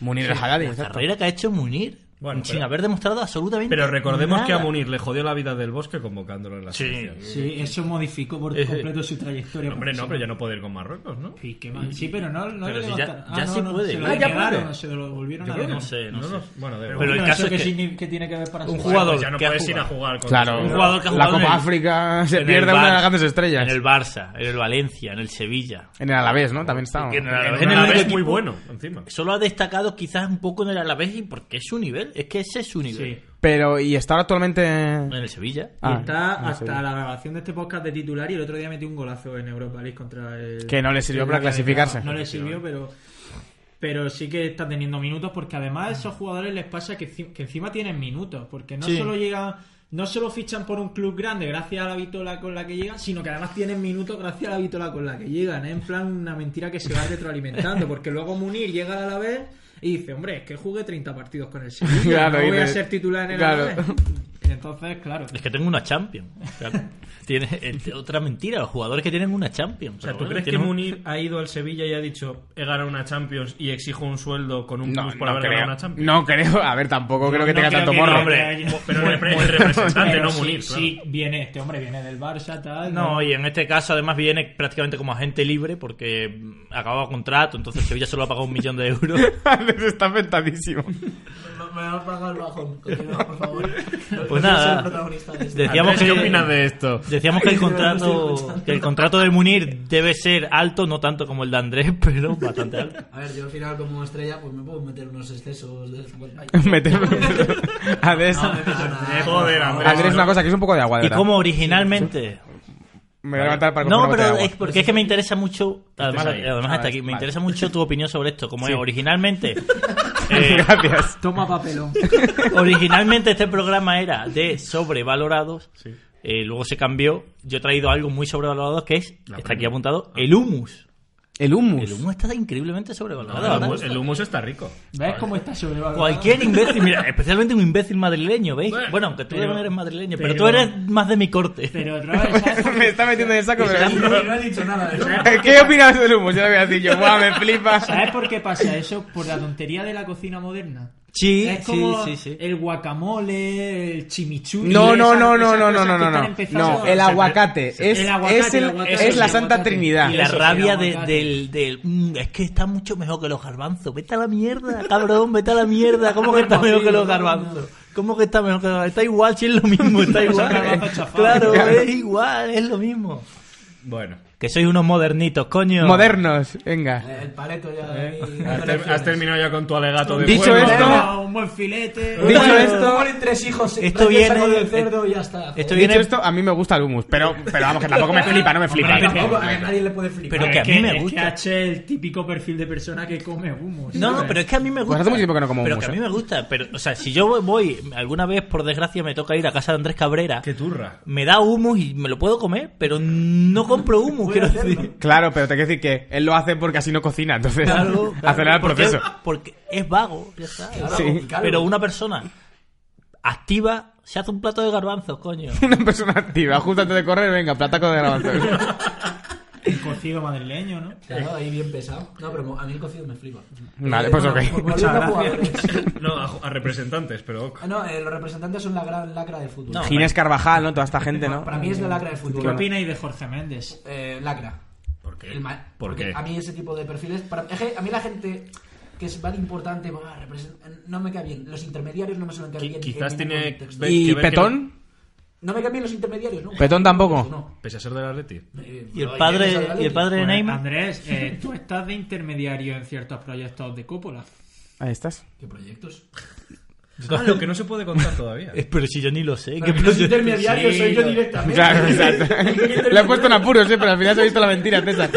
Munir el Haddadi, exacto.
Carrera que ha hecho Munir
Bueno,
sin
pero-
haber demostrado absolutamente
Pero recordemos que a
nada.
Munir le jodió la vida del bosque convocándolo en la
Sí.
selección.
Sí, eso modificó por
Eh,
completo su trayectoria.
Hombre, no, pero ya no puede ir con Marruecos, ¿no?
Sí, qué mal. Sí, pero no, no
Pero
le
si ya-
levantaron.
ya
no,
se
no,
puede.
Se lo
Ah, ya
denegaron,
puede.
se lo volvieron
Yo
a
creo que
No
denegar.
sé, no, sé.
lo- Eh, Bueno, da
Pero
igual.
el
Bueno,
caso
eso
es
que,
que-
sí que tiene que ver para
Un
su-
jugador
ya no
que ha
puedes ir a
jugado.
jugar con
Claro,
Un jugador que ha
la
jugado
Copa
en el-
África se
en el
pierde una de las
Barça,
grandes estrellas.
En el Barça, en el Valencia, en el Sevilla.
En el Alavés, ¿no? También está. ¿no?
En
En el Alavés,
el
en el
Alavés
único
muy
equipo.
bueno, encima.
Solo ha destacado quizás un poco en el Alavés y porque es su nivel. Es que ese es su nivel.
Sí.
Pero, ¿y está ahora actualmente...?
En el Sevilla.
Ah,
está
no sé.
hasta la grabación de este podcast de titular y el otro día metió un golazo en Europa League contra el.
Que no le sirvió para
el-
clasificarse.
No le sirvió, pero. Pero sí que está teniendo minutos porque además a esos jugadores les pasa que, ci- que encima tienen minutos. Porque no
Sí.
solo llega no solo fichan por un club grande gracias a la vitola con la que llegan, sino que además tienen minutos gracias a la vitola con la que llegan. Es en plan una mentira que se va retroalimentando, porque luego Munir llega a la vez y dice, hombre, es que jugué 30 partidos con el Sevilla,
Claro,
no
y
voy a
te-
ser titular en el
claro.
Alavés". Entonces, claro.
Es que tengo una Champions. Claro. Tiene eh, otra mentira, los jugadores que tienen una Champions.
O sea,
Pero
¿tú
bueno,
crees que
tienen un-
Munir ha ido al Sevilla y ha dicho he ganado una Champions y exijo un sueldo con un
No,
plus por
no
haber
creo.
ganado una Champions?
No creo. A ver, tampoco creo que
no
tenga
creo
tanto
que
morro.
no, hombre. Pero el repre- el representante,
Pero
no
sí,
Munir,
Sí, viene, este hombre viene del Barça, tal.
No, y en este caso además viene prácticamente como agente libre porque mm, acababa contrato, entonces Sevilla solo ha pagado un millón de euros.
Alex está afectadísimo.
Me, me han pagado el bajón. Continúa, por favor. Yo soy
nada.
el protagonista Pues de esto.
Decíamos
Andrés,
que-
¿Qué opinas de esto?
Decíamos que el
Estoy
contrato
escuchando.
que el contrato de Munir debe ser alto, no tanto como el de Andrés, pero bastante alto.
A ver, yo al final como estrella pues me puedo meter unos excesos de... Ay.
Meterlo. Andrés,
No, me meto nada.
Joder, Andrés.
Andrés, una cosa, que es un poco de agua, de
Y
verdad.
como originalmente
Me voy a levantar para coger
No,
una
pero
botella de
es
agua.
porque es que me interesa mucho. Además,
ahí.
además está aquí. Me
Vale.
interesa mucho tu opinión sobre esto. Como
Sí.
es originalmente. eh,
Gracias.
Toma papelón.
originalmente este programa era de sobrevalorados. eh, luego se cambió. Yo he traído algo muy sobrevalorado que es,
La
está aquí
primera.
apuntado, el humus.
El
El
hummus.
humus está increíblemente sobrevalorado.
Ah, El
¿verdad?
humus- el humus está rico.
¿Ves cómo está sobrevalorado?
Cualquier imbécil, mira, especialmente un imbécil madrileño, ¿veis?
Bueno,
Bueno, aunque tú
pero-
no eres madrileño, pero,
pero-
tú eres más de mi corte.
Pero Robert, ¿sabes por qué?
Me está metiendo en el saco,
Y
pero...
No he dicho nada. ¿eh?
¿Qué opinas del hummus? Ya lo voy a decir yo. Buah, me flipa.
¿Sabes por qué pasa eso? Por la tontería de la cocina moderna.
Sí,
es
sí,
como
sí, sí.
el guacamole, el chimichurri.
No,
esas-
no, no, no,
esas
no, no,
cosas
no,
que
no,
están
no.
empezando
No,
a-
el aguacate.
se-
Es,
el aguacate,
es, el-
el aguacate,
es la
el
Santa
aguacate.
Trinidad.
Y la
Eso,
rabia
el
de-
aguacate.
del, del, "Mm, Es que está mucho mejor que los garbanzos. Vete a la mierda, cabrón, vete a la mierda. ¿Cómo que está mejor que los garbanzos? ¿Cómo que está mejor que los garbanzos? Está igual, si es lo mismo, está igual.
garbanzos chafados.
claro, es igual, es lo mismo.
Bueno.
Que sois unos modernitos, coño.
Modernos, venga.
El pareto ya... ahí,
Has, ter- has
relaciones.
terminado ya con tu alegato de
Dicho
pueblo.
esto-
Claro, un buen filete.
Dicho
Bueno,
esto-
ponen tres hijos.
Esto
recién
viene-
sacado del cerdo y ya está.
Esto viene-
Dicho esto, a mí me gusta el hummus, pero, pero vamos, que tampoco me flipa, no me flipa.
Pero tampoco, a ver, nadie le puede flipar.
Pero que a mí me
Es que
gusta.
H es el típico perfil de persona que come humo.
No, no, pero es que a mí me gusta.
hace mucho tiempo que no como
Pero
hummus,
que a
¿eh?
mí me gusta. Pero, o sea, si yo voy, alguna vez, por desgracia, me toca ir a casa de Andrés Cabrera,
Qué turra.
me da humus y me lo puedo comer, pero no compro humus, quiero decir.
Claro, pero te quiero decir que él lo hace porque así no cocina, entonces
Claro, claro.
acelerar el
Porque-
proceso.
Porque es vago, ya está. es vago.
Sí.
Pero una persona activa se hace un plato de garbanzos, coño.
Una persona activa, justo antes de correr, venga, plataco de garbanzos.
El cocido madrileño, ¿no?
Claro, ahí bien pesado. No, pero a mí el cocido me flipa.
Vale, pues
Bueno,
ok.
volviendo a jugadores.
No, a, a representantes, pero ok.
Ah, No, eh, los representantes son la gran lacra del fútbol.
No.
Ginés Carvajal, ¿no? Toda esta gente, ¿no?
Para mí es la lacra del fútbol.
¿Qué opináis de Jorge Méndez?
Eh, lacra.
¿Por qué?
El mal.
¿Por
Porque
qué?
A mí ese tipo de perfiles. para- es que a mí la gente que es vale importante, va, represent- no me cae bien. Los intermediarios no me suelen caer
Qui-
bien.
quizás
en ningún
tiene
contexto.
ve-
¿Y
que ver que
Petón?
No me caen bien los intermediarios, ¿no?
¿Petón tampoco?
No.
Pese a ser del Atleti.
Eh,
Y el
pero
padre,
ahí tienes al
y el padre de
Pues,
Neymar.
Andrés, eh, tú estás de intermediario en ciertos proyectos de cúpula.
Ahí estás.
¿Qué proyectos?
Ah, lo que no se puede contar todavía.
Eh, Pero si yo ni lo sé. ¿qué
Pero los
proyecto?
intermediarios
Sí,
soy yo
lo-
directamente.
Claro, exacto. Le he puesto en apuros, ¿eh? Pero al final se ha visto la mentira, César.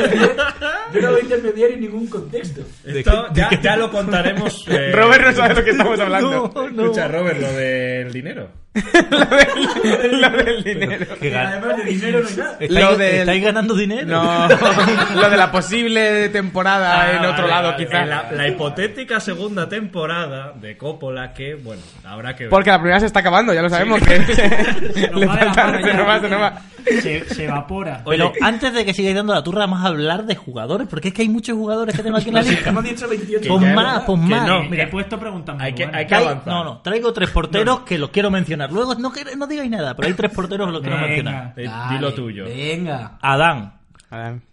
Yo no veo intermediario en ningún contexto.
Esto ya, ya lo contaremos. eh,
Robert no sabe de lo que estamos hablando.
No, no.
Escucha, Robert, lo del dinero.
Lo del dinero.
Que gan-
Además de dinero no hay nada.
¿Estáis,
Lo del-
estáis ganando dinero?
No, lo de la posible temporada
Ah,
en otro
vale,
lado,
vale,
quizás.
En la, la hipotética segunda temporada de Coppola, que, bueno, habrá que ver.
Porque la primera se está acabando, ya lo sabemos. Que,
nos
le
va de la
falta-
mano
se
ya,
nos va,
ya.
se nos va.
Se, se evapora.
Pero antes de que sigáis dando la turra, vamos a hablar de jugadores, porque es que hay muchos jugadores que tengo aquí en la lista.
Hemos dicho 28.
Pon
Que ya-
más, pon
que
más.
no. Eh,
Mira, he puesto preguntas muy
Hay que-
buenas.
hay que-
Hay-
avanzar.
no, no, traigo tres porteros que los quiero mencionar. Luego no, quer- no digáis nada, pero hay tres porteros que los quiero
Venga.
mencionar.
Eh,
Dale,
di lo tuyo.
Venga.
Adán,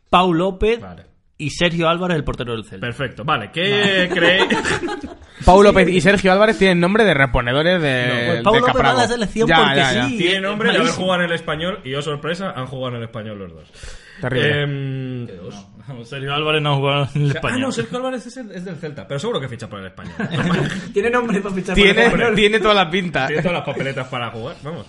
Pau López
Vale.
y Sergio Álvarez, el portero del Celta.
Perfecto, vale. ¿Qué creéis?
Pau López y Sergio Álvarez tienen nombre de reponedores de.
No, pues
del
Pau López va a la
Capravo.
selección
Ya,
porque
ya, ya.
sí.
Tiene
es
nombre de haber
malísimo.
jugado en el español y, oh sorpresa, han jugado en el español los dos.
Terrible.
Em,
Sergio Álvarez no jugó en el
ah,
español.
no, Sergio Álvarez es, el- es del Celta, pero seguro que ficha por el español.
Tiene nombre para fichar. por
tiene,
ejemplo.
tiene toda la pinta.
Tiene todas las ah, papeletas para jugar, vamos.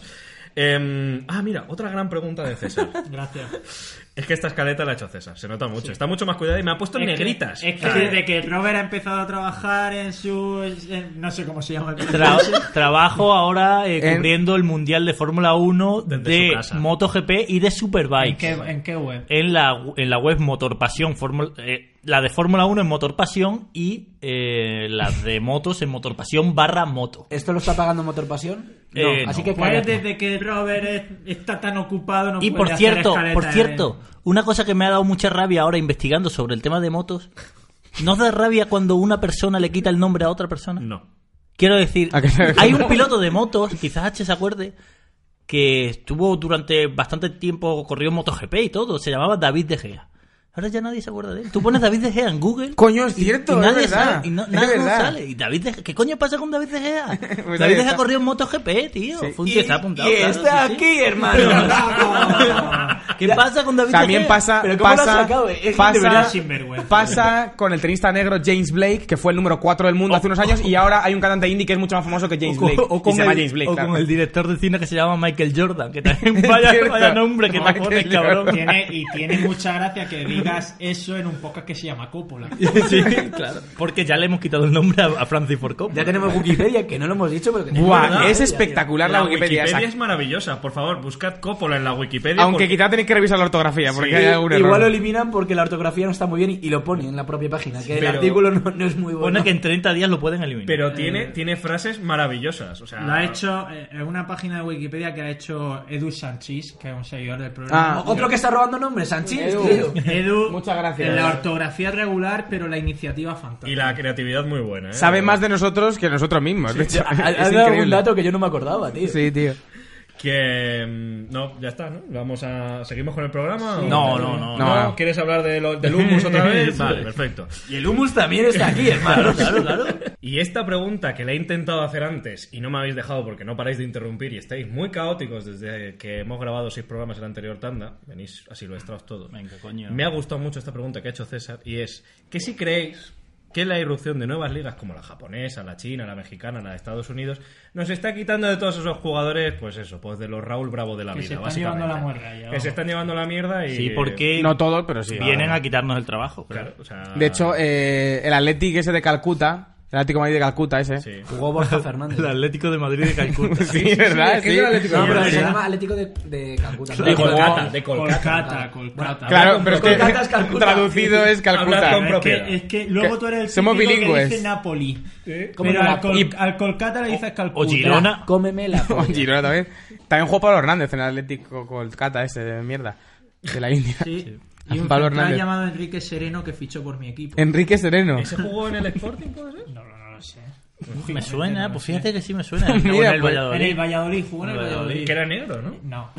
Em, ah, mira, otra gran pregunta de César.
Gracias.
Es que esta escaleta la ha hecho César, se nota mucho. Está mucho más cuidada y me ha puesto
Es que-
negritas.
Es que
Ah.
O sea,
desde que Robert ha empezado a trabajar en su. en- no sé cómo se llama.
Tra- trabajo ahora eh,
En-
cubriendo el Mundial de Fórmula 1
Desde su
de
casa.
MotoGP y de
¿En
Superbike.
qué, en qué web?
En la, en la web Motor Pasión, Fórmula- eh, la de Fórmula 1 en Motor Pasión y eh, la de motos en Motor Pasión barra moto.
¿Esto lo está pagando Motor Pasión?
Eh,
Así
no.
que
Pues
cállate.
desde que Robert es- está tan ocupado, no
Y
puede
por
hacer
cierto,
escaleta
por
en-
cierto, una cosa que me ha dado mucha rabia ahora investigando sobre el tema de motos, ¿no os da rabia cuando una persona le quita el nombre a otra persona?
No.
Quiero decir,
¿A qué te refieres?
hay un piloto de motos, quizás H se acuerde, que estuvo durante bastante tiempo, corrió en MotoGP y todo, se llamaba David De Gea. Ahora ya nadie se acuerda de él. Tú pones David De Gea en Google.
Coño, es
y-
cierto,
y
es
nadie
verdad,
Sale, y no-
es
nadie no
verdad.
sale. Y David De Gea- ¿Qué coño pasa con David De Gea?
Pues ahí
David De
está.
Gea corrió en MotoGP, tío. Fue un tío, está apuntado.
y
claro,
está
sí, sí.
aquí, hermano.
¿Qué pasa con David De
También
Gea?
pasa,
¿Pero cómo lo has
pasa,
sacado? Es que de
pasa,
verdad, sinvergüenza.
pasa con el tenista negro James Blake, que fue el número 4 del mundo hace unos años, y ahora hay un cantante indie que es mucho más famoso que James
o con,
Blake.
o
y
con
se
el,
llama James Blake,
o
claro.
con el director de cine que se llama Michael Jordan, que también
Es
vaya,
cierto.
vaya nombre que te
Michael
pones,
Jordan.
cabrón.
Tiene- y tiene mucha gracia que digas eso en un podcast que se llama Coppola.
Sí, claro. Porque ya le hemos quitado el nombre a, a Francis Ford Coppola.
Ya tenemos Wikipedia, que no lo hemos dicho, pero que tenemos
Buah,
Wikipedia,
es
tío.
espectacular la, Wikipedia. esa.
es maravillosa. Por favor, buscad Coppola en la Wikipedia.
Aunque
porque-
quizá tenéis que revisar la ortografía, porque hay algún error.
Igual lo eliminan porque la ortografía no está muy bien y- y lo pone en la propia página, que el
pero-
artículo no, no es muy bueno.
Pone que en 30 días lo pueden eliminar.
Pero tiene, tiene frases maravillosas. O sea,
Lo Eh. ha hecho eh, en una página de Wikipedia que ha hecho Edu Sanchis, que es un seguidor del
Ah.
programa.
Otro que está robando nombres, Sanchis,
Edu.
tío.
Edu,
Muchas gracias.
en la ortografía regular, pero la iniciativa fantástica.
Y la creatividad muy buena. ¿eh?
Sabe más de nosotros que nosotros mismos. de hecho.
Ha- ha-
es
Has dado un
increíble.
dato que yo no me acordaba, tío.
Sí, tío.
Que. mm, No, ya está, ¿no? Vamos a. ¿Seguimos con el programa? o-
No, no, no,
¿No?
no.
¿Quieres hablar de lo- del humus otra vez? vale, perfecto.
Y el humus también está aquí, hermano.
Claro, claro.
Y esta pregunta que la he intentado hacer antes y no me habéis dejado porque no paráis de interrumpir y estáis muy caóticos desde que hemos grabado seis programas en la anterior tanda, venís así lo todos.
Venga, coño.
Me ha gustado mucho esta pregunta que ha hecho César y es que si creéis que la irrupción de nuevas ligas como la japonesa, la china, la mexicana, la de Estados Unidos nos está quitando de todos esos jugadores, pues eso, pues de los Raúl Bravo de la
Que
vida,
se están
básicamente.
llevando la muerga ya,
que
vamos.
se están llevando la mierda y
Sí, porque
No todos, pero sí.
vienen a quitarnos el trabajo.
Claro, o sea,
De hecho, eh, el Athletic ese de Calcuta, el Atlético de Madrid de Calcuta ese.
sí.
Jugó Borja Fernández.
El Atlético de Madrid de Calcuta.
Sí, ¿verdad?
es que es el
Sí.
Atlético ¿eh?
No, pero
Sí.
se llama Atlético de, de Calcuta.
De
Jugó-
Kolkata, de Kolkata.
Colcata, Colcata.
Claro, pero es que
Calcuta es Calcuta.
traducido es
Hablar
Calcuta.
con
Es
propiedad.
que, Eh, es que luego
Que
tú eres el
somos
típico que
bilingües.
dice Napoli.
Como
Pero
la-
al, Col-
y-
al Kolkata le dices Calcuta.
o Girona.
Cómeme la
Con
polla.
Girona también. También jugó Pablo Hernández en el Atlético Colcata ese de mierda. De la India.
Sí. Y un
Pablo
Pablo
Hernández.
llamado Enrique Sereno que fichó por mi equipo.
Enrique Sereno.
¿Ese jugó en el Sporting, puede ser?
No, no, no lo sé.
Me
No
suena,
lo
pues
sé.
fíjate que sí me suena.
Mira,
Jugó en el
pues,
En el
Valladolid.
Valladolid, jugó en el Valladolid.
Que era negro, ¿no?
No.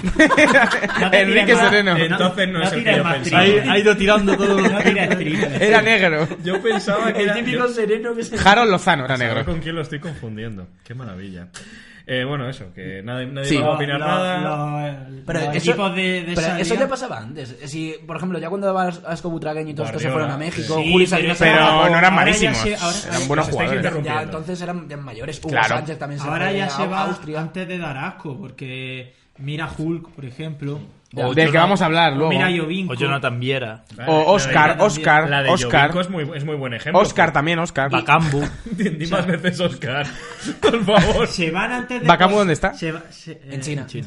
Enrique Sereno.
Entonces no es el que yo pensaba.
Ahí-
Ahí-
Ha ido tirando todo.
No tires triple.
Era negro.
Yo pensaba que
El
era...
típico
yo
sereno que se...
Harold Lozano era
pensaba
negro.
con quién lo estoy confundiendo. Qué maravilla. Eh, bueno, eso, que nadie, nadie
Sí.
va a
Lo-
opinar
lo-
nada.
lo-
Pero
los
eso,
equipos de, de
pero
esa
eso
liga-
ya pasaba antes. Eh, Si, por ejemplo, ya cuando daba Asco Butragueño y todos estos se
Guardiola,
fueron a México,
sí.
Juli
Sí,
Salinas se
Pero
bajó.
no eran
Ahora ya
malísimos.
sí, ahora-
eran buenos
Os estáis
jugadores.
Ya,
interrumpiendo.
entonces eran ya mayores. Hugo
Claro.
Sánchez también se
Ahora
fue
ya
a
se va
Austria.
antes de dar asco, porque mira Hulk, por ejemplo.
O
Del que
Jonathan-
vamos a hablar luego.
Mira Jovinko.
O Jonathan Viera.
Vale,
O Oscar,
la de-
Oscar,
la de
Oscar.
Jovinko es muy, es muy buen ejemplo. pues.
Oscar también, Oscar.
Bacambu.
Di di más veces Oscar, por favor.
Se van antes de.
¿Bacamu dónde está?
Se va- se- eh,
En China.
Se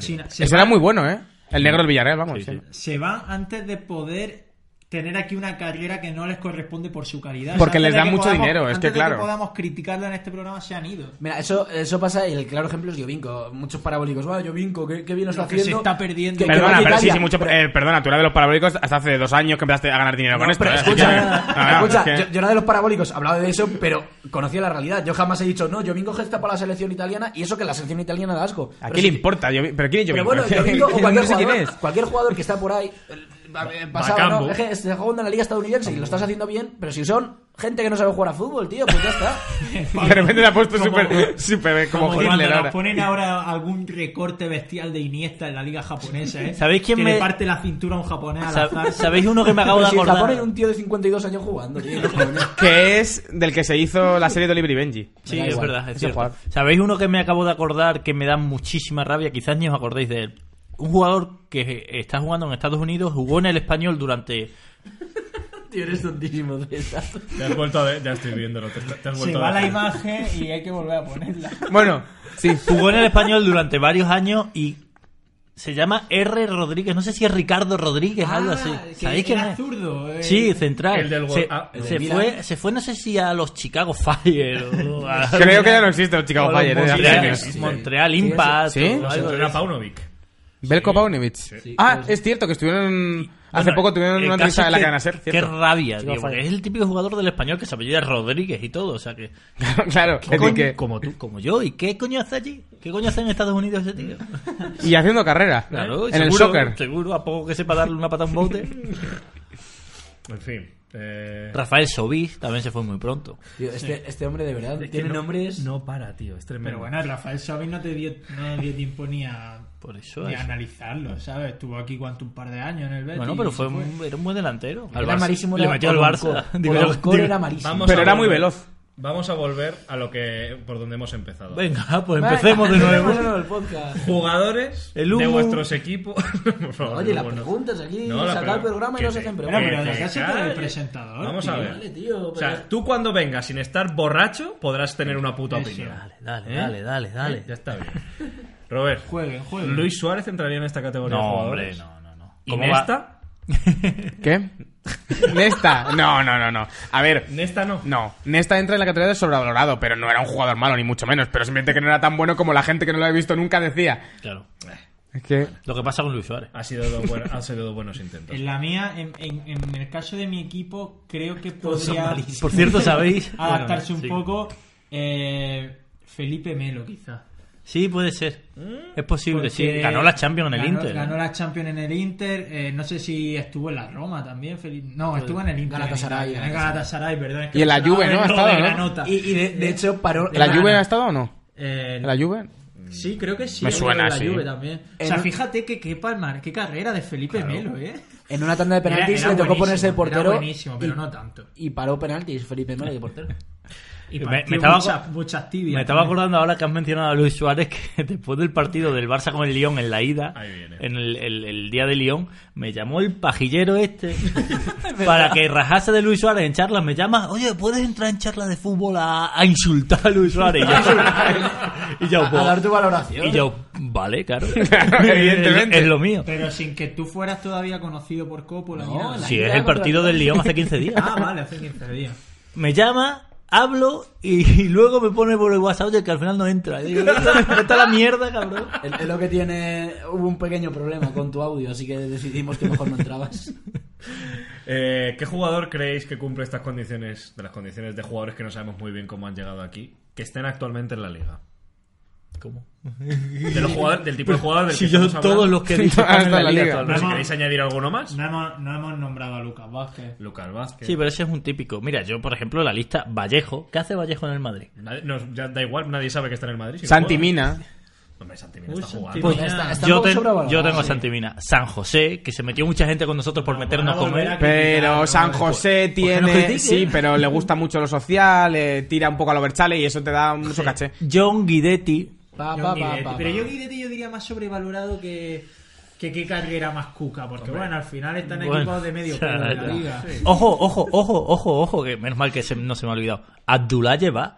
Ese
van-
era muy bueno, ¿eh? El negro del Villarreal, vamos.
Sí,
sí.
sí.
se van antes de poder tener aquí una carrera que no les corresponde por su calidad.
Porque les
antes de
dan
que
mucho
podamos-
dinero, es
antes
que
de
claro.
podamos criticarla en este programa, se han ido.
Mira, eso, eso pasa y el claro ejemplo es Jovinko. Muchos parabólicos. Bueno, Jovinko, qué, qué bien lo está
Lo que
haciendo.
se está perdiendo.
Que- que va
Perdona,
a
pero sí,
Italia.
sí, mucho. eh, perdona, tú eras de los parabólicos hasta hace dos años que empezaste a ganar dinero con esto.
Pero
¿eh? Así
escucha,
que-
escucha,
no, no,
escucha,
es que-
yo, yo era de los parabólicos, hablaba de eso, pero conocía la realidad. Yo jamás he dicho, no, Jovinko gesta para la selección italiana y eso que la selección italiana da asco.
¿A
Pero
quién
sí-
le importa? Yo, ¿Pero quién es yo?
Pero bueno, Jovinko o
no
cualquier
sé quién
jugador,
es.
cualquier jugador que está por ahí, el- eh, pasado,
Bacambo.
¿no? Es que se jugando en la liga estadounidense y lo estás haciendo bien, pero si son gente que no sabe jugar a fútbol, tío, pues ya está.
De repente te ha puesto
Como-
súper súper eh, como,
cuando
Hitler
nos
ahora.
ponen ahora algún recorte bestial de Iniesta en la liga japonesa, ¿eh?
¿Sabéis quién
que
me-
le parte la cintura a un japonés al
Sa-
azar.
¿Sabéis uno que me acabo de
Pero si en Japón hay
acordar?
un tío de 52 años jugando, tío. no coño.
Que es del que se hizo la serie de Oliver y Benji.
Sí,
Me da
es
igual,
verdad, es
ese
cierto.
jugador.
¿Sabéis uno que me acabo de acordar que me da muchísima rabia? Quizás ni os acordéis de él. un jugador que está jugando en Estados Unidos jugó en el español durante
Tío, eres tontísimo, César.
Te has vuelto a ver, ya estoy viéndolo. Te, te has
Se
vuelto
va
a
la
ver.
imagen y hay que volver a ponerla.
Bueno, sí.
jugó en el español durante varios años y se llama R. Rodríguez, no sé si es Ricardo Rodríguez, algo
Ah,
así.
Ah, que
¿Sabéis quién
era
es?
zurdo. eh.
Sí, central.
El del Gol-
se,
ah, el
se
del Milan.
fue, se fue, no sé si a los Chicago Fire o a,
Creo que ya no existe los Chicago
o a los
Fire. desde hace
Montreal,
años.
sí.
Montreal Impact.
Sí, sí.
o
Se
algo de
entrena
eso.
Paunovic.
Belko Paunovic.
Sí,
ah,
pues-
es cierto que estuvieron. Hace
Bueno,
poco tuvieron
el
una entrevista
caso es
de la
que-
cadena ser,
Qué
¿cierto?
rabia,
Chicago
tío. porque
Fire.
es el típico jugador del español que se apellida Rodríguez y todo. O sea que.
claro, es decir
coño-
que-
Como tú, como yo. ¿Y qué coño hace allí? ¿Qué coño hace en Estados Unidos ese tío?
Y haciendo carrera.
Claro,
en
seguro,
el soccer.
Seguro, a poco que sepa darle una pata a un bote.
En fin. eh,
Rafael Sobis también se fue muy pronto.
Tío, este, este hombre de verdad
es que
tiene
no-
nombres.
No para, tío. Es tremendo.
Pero bueno, Rafael Sabin no te dio, no dio tiempo ni a,
Por eso
ni
es-
a analizarlo, ¿sabes? Estuvo aquí cuánto un par de años en el Betis.
Bueno, pero fue,
y se
un- era un buen delantero. Al
Era
Barça.
malísimo.
Le
era
metió al Barça.
Boloncó.
Digo,
Boloncó
digo,
era malísimo.
Vamos
Pero
a
era muy
volver-
veloz.
Vamos a volver a lo que por donde hemos empezado.
Venga, pues empecemos de nuevo.
el podcast.
Jugadores
El
de
humo.
vuestros equipos. Por favor,
Oye, las
bueno.
preguntas aquí.
No, la
saca el
pregunta-
programa y
que
no se
te-
hacen
que
Pero,
preguntas.
pero
te
ya se queda el
calles.
presentador.
Vamos
tío.
a ver.
Vale, tío,
o sea,
pero-
tú cuando vengas sin estar borracho podrás tener una puta
Eso.
opinión.
Dale, dale,
¿Eh?
dale, dale, dale.
Ya está bien. Robert,
Jueguen, jueguen.
Luis Suárez entraría en esta categoría de
No, hombre,
jugadores.
no, no, no.
¿Y
¿Cómo va?
Nesta?
¿Qué? Nesta. No, no, no, no. A ver.
Nesta no.
No, Nesta entra en la categoría de sobrevalorado, pero no era un jugador malo, ni mucho menos. Pero simplemente que no era tan bueno como la gente que no lo había visto nunca decía.
Claro.
Es que.
Lo que pasa con Luis Suárez.
Ha sido dos buen- han sido dos buenos intentos.
En la mía, en, en- en el caso de mi equipo, creo que
Todos son
podría
malísimos.
Por cierto, ¿sabéis?
ah, adaptarse
Bueno, sí.
un poco eh, Felipe Melo, quizá.
Sí, puede ser. Es posible, sí.
Porque
Ganó la Champions en el
ganó-
Inter.
Ganó la Champions en el Inter. eh, no sé si estuvo en la Roma también. Felipe. No, estuvo en el Inter.
Galatasaray,
En el Galatasaray, perdón. es que
Y en la
me sonaba
Juve, ¿no?
el
Ha
nombre
estado,
de
¿no?
Granota.
Y, y de, de hecho paró.
¿La
en-
Juve ha estado o no?
Eh,
¿La Juve?
Sí, creo que sí.
Me
creo
suena,
que la
sí.
Juve también. O sea, fíjate que qué palmar, qué carrera de Felipe Melo, ¿eh?
En una tanda de
Era-
penaltis
era
le tocó
buenísimo,
ponerse de
era
portero.
buenísimo, pero
y,
no tanto.
y paró penaltis Felipe Melo de portero.
Y
Me-
partió
me estaba-
muchas, muchas tibias.
Me estaba acordando ahora que has mencionado a Luis Suárez que después del partido del Barça con el Lyon en la ida,
Ahí viene.
en el, el- el día de Lyon, me llamó el pajillero este para que rajase de Luis Suárez en charlas. Me llama, oye, ¿puedes entrar en charlas de fútbol a, a insultar a Luis Suárez? Y yo, y yo,
A, a dar tu valoración.
y yo, vale, claro.
Evidentemente.
Es, es lo mío.
Pero sin que tú fueras todavía conocido por Coppola. ni
No,
nada.
la-
Si es el partido del Lyon hace 15 días.
Ah, vale, hace 15 días.
me llama, hablo y, y luego me pone por el WhatsApp oye, que al final no entra. Y digo, está la mierda, cabrón.
Es es lo que tiene. Hubo un pequeño problema con tu audio, así que decidimos que mejor no entrabas.
Eh, ¿Qué jugador creéis que cumple estas condiciones, de las condiciones de jugadores que no sabemos muy bien cómo han llegado aquí, que estén actualmente en la liga?
¿Cómo?
De los jugadores, del tipo de jugador del
Si
que
yo
estamos hablando.
todos los que he dicho
Hasta
están en la
la
liga.
liga.
Pero si queréis añadir alguno más,
No hemos, no hemos nombrado a Lucas Vázquez.
Lucas Vázquez.
Sí, pero ese es un típico. Mira, yo, por ejemplo, la lista Vallejo. ¿Qué hace Vallejo en el Madrid?
Nadie- nos- ya da igual, nadie sabe que está en el Madrid. si no
Santi
juega.
Mina.
Hombre, Santi Mina
Uy,
está jugando.
Santi
Pues
Mina.
Ah, está- está-
yo,
un poco
ten-
sobrevalorado,
yo tengo a
sí.
Santimina. San José, que se metió mucha gente con nosotros por
Ah, Bueno, van
meternos
a
con
volver
él.
a
Pero San José
pues que no
tiene.
critique.
Sí, pero le gusta mucho lo social, eh, tira un poco a los berchales y eso te da mucho caché.
John Guidetti.
Pa,
Yo
pa, pa,
Guidetti,
pa,
pero
pa.
yo Guidetti yo diría más sobrevalorado que que qué carrera más cuca, porque bueno, al final están
Bueno,
equipados de medio
ya,
pelo de la
ya.
liga.
Ojo, ojo, ojo, ojo, ojo, que menos mal que se- no se me ha olvidado. Abdullah va.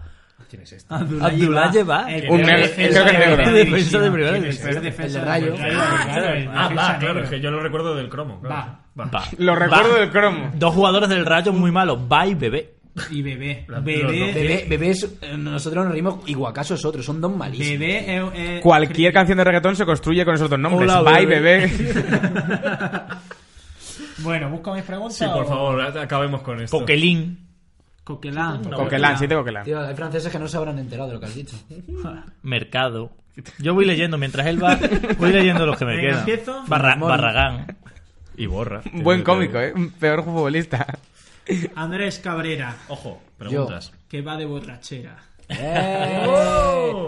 ¿Quién es este?
Abdullah Yeba.
El
Un
peor
negro-
defensa
creo que
de
negro.
primera
Defensa de primera
división.
división.
El peor defensa
El
de
de Rayo.
primera división, claro, el
Ah,
defensa
va, claro,
negro.
es que yo lo recuerdo del cromo. claro.
Va.
va.
Lo recuerdo del cromo.
Dos jugadores del Rayo muy malos. Va y Bebé.
Y Bebé.
Los- los dos.
Bebé,
Bebé, bebé es, eh, nosotros nos reímos y Guacaso es otro, son dos malísimos.
Bebé es- es-
Cualquier canción de reggaetón se construye con esos dos nombres.
Hola,
Bye,
bebé.
bebé.
Bueno, busco mis preguntas.
Sí, por
o-
favor, acabemos con esto.
Poquelín.
Coquelán.
Coquelán, sí, te Coquelán.
Tío, hay franceses que no se habrán enterado de lo que has dicho.
Mercado. Yo voy leyendo mientras él va. Voy leyendo los que me
Venga,
quedan.
empiezo.
Barra-
Mor-
Barragán.
Y borra.
Buen cómico, ¿eh? Un Peor futbolista.
Andrés Cabrera,
Ojo, preguntas.
que va de borrachera.
¡Eh!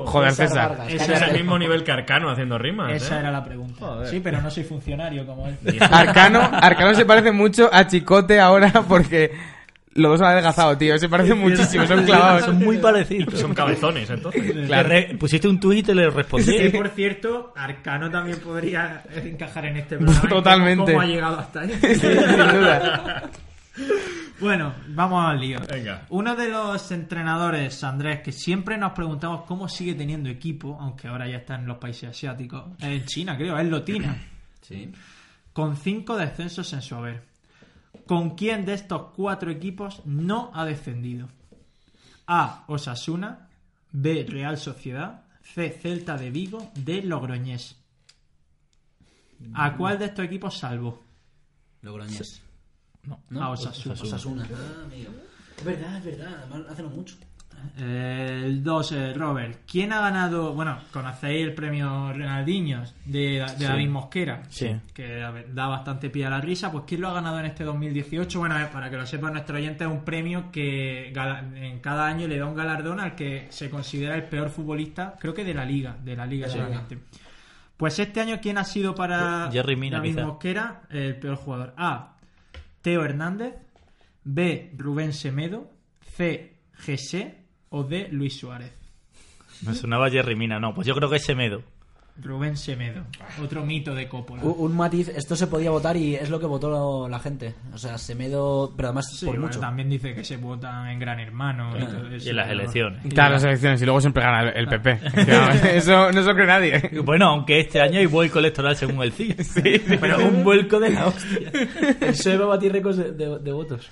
Joder, César.
Vargas,
¡Oh! Ese
Ese es
cállate.
el mismo nivel que Arcano haciendo rimas.
Esa
¿eh?
era la pregunta.
Joder.
Sí, pero no soy funcionario como él.
Arcano, Arcano se parece mucho a Chicote ahora porque Los dos han adelgazado, tío. Se parecen muchísimo, son clavados.
Son muy parecidos.
Son cabezones, entonces.
Claro.
Le re- Pusiste un tuit y te le respondí.
Que, por cierto, Arcano también podría encajar en este programa.
Totalmente.
¿Cómo ha llegado hasta ahí?
Sí, sin duda.
Bueno, vamos al lío.
Venga.
Uno de los entrenadores, Andrés, que siempre nos preguntamos cómo sigue teniendo equipo, aunque ahora ya está en los países asiáticos, en China creo, es Lotina,
Sí.
con cinco descensos en su haber. ¿Con quién de estos cuatro equipos no ha descendido? A. Osasuna, B. Real Sociedad, C. Celta de Vigo, D. Logroñés. ¿A cuál de estos equipos salvo?
Logroñés.
No,
¿No?
a Osasuna.
Osasuna. Ah, amigo. Es verdad, es verdad. Además, hace no mucho.
Eh, El 2, eh, Robert. ¿Quién ha ganado? Bueno, conocéis el premio Ronaldinho de, de David Mosquera.
Sí.
Que a ver, da bastante pie a la risa. Pues ¿quién lo ha ganado en este 2018? Bueno, a ver, para que lo sepa nuestro oyente, es un premio que gala- en cada año le da un galardón al que se considera el peor futbolista, creo que de la liga. De la liga, seguramente. Pues este año, ¿quién ha sido para
Jerry Mina,
David
quizá.
Mosquera el peor jugador? A. Teo Hernández. B. Rubén Semedo. C. Jesse. O D. Luis Suárez.
Me sonaba Jerry Mina. No, pues yo creo que es Semedo.
Rubén Semedo. Otro mito de Coppola.
Un, un matiz, esto se podía votar y es lo que votó la gente. O sea, Semedo, pero además
Sí,
por
bueno,
mucho.
También dice que se votan en Gran Hermano. Y, todo eso,
Y en las
pero-
elecciones.
Y tal, las elecciones y luego siempre gana el, el PP. Eso no se lo cree nadie.
Bueno, aunque este año hay vuelco electoral según el CIS. Pero un vuelco de la hostia.
El PSOE va a batir récords de, de- de votos.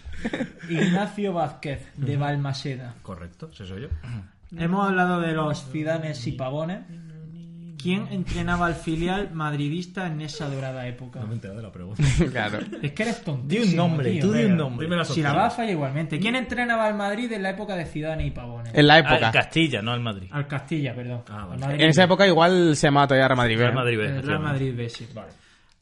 Ignacio Vázquez, de Balmaseda.
Correcto, ese soy yo.
Ah. Hemos hablado de los Zidanes y Pavones. ¿Quién entrenaba al filial madridista en esa dorada época?
No me he enterado de la pregunta.
Claro.
Es que eres tonto.
Di un nombre, tú di un nombre.
Dime las
Si la
opciones.
va a fallar igualmente. ¿Quién entrenaba al Madrid en la época de Zidane y Pavone?
Ah, En la
Al
época.
Ah, Castilla, no al Madrid.
Al Castilla, perdón.
Ah, vale.
Al Madrid
En esa
B.
época igual se llamaba todavía Real Madrid. ¿verdad?
Al Madrid,
El Real
efectivamente.
Madrid B, sí.
Vale.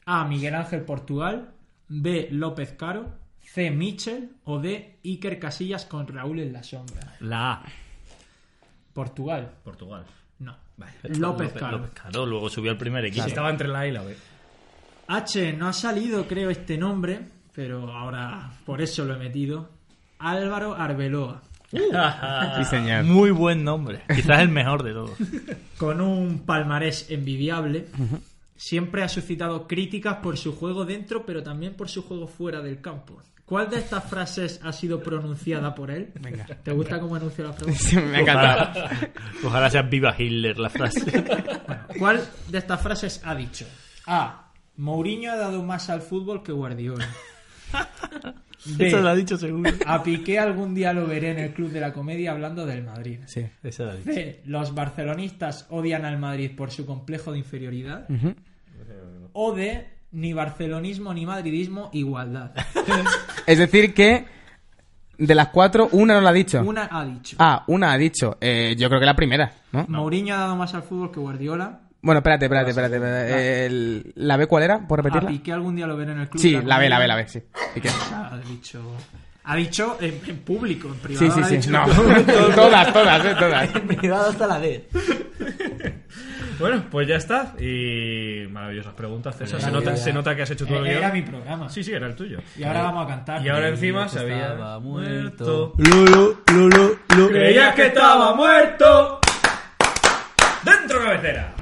A. Miguel Ángel Portugal. B. López Caro. C. Michel. O D. Iker Casillas con Raúl en la sombra.
La A.
Portugal.
Portugal.
No.
Vale.
López Caro.
López Caro, luego subió al primer equipo. Ah,
Si estaba entre la A y la B.
H. No ha salido, creo, este nombre. Pero ahora por eso lo he metido. Álvaro Arbeloa.
Sí, señor.
Muy buen nombre. Quizás el mejor de todos.
con un palmarés envidiable. Siempre ha suscitado críticas por su juego dentro, pero también por su juego fuera del campo. ¿Cuál de estas frases ha sido pronunciada por él? Venga. ¿Te gusta cómo anuncio la pregunta?
Sí, Me encanta.
Ojalá, ojalá sea viva Hitler la frase.
¿Cuál de estas frases ha dicho? A. Mourinho ha dado más al fútbol que Guardiola.
Eso lo ha
B.
dicho seguro.
A Piqué algún día lo veré en el Club de la Comedia hablando del Madrid.
Sí.
Eso lo ha dicho.
C. Los barcelonistas odian al Madrid por su complejo de inferioridad.
Ujú.
O de ni barcelonismo ni madridismo, igualdad.
Es decir que de las cuatro, una no la ha dicho.
Una ha dicho.
Ah, una ha dicho. Eh, yo creo que la primera, ¿no?
Mourinho ha dado más al fútbol que Guardiola.
Bueno, espérate, espérate, espérate. espérate. El- ¿La Ah. B cuál era? ¿Puedo
A
repetirla?
Piqué algún día lo veré en el club.
Sí,
de
la B, la B,
Comedia.
la B, sí. ¿Y qué?
Ha dicho... Ha dicho en, en público, en
Sí,
privado. ha
sí, sí.
dicho-
No. todas, todas, eh, todas.
Privado hasta la D.
Bueno, pues ya está. Y maravillosas preguntas, César. Se
Ya,
nota,
ya.
se nota que has hecho todo el
Eh, Era
guión.
mi programa.
Sí, sí, era el tuyo.
Y ahora vamos a cantar.
Pues
Eh,
Y ahora encima
que
se había
estaba
muerto.
muerto.
Lulu, Lulu, Lulu.
Creías que estaba muerto. Dentro cabecera.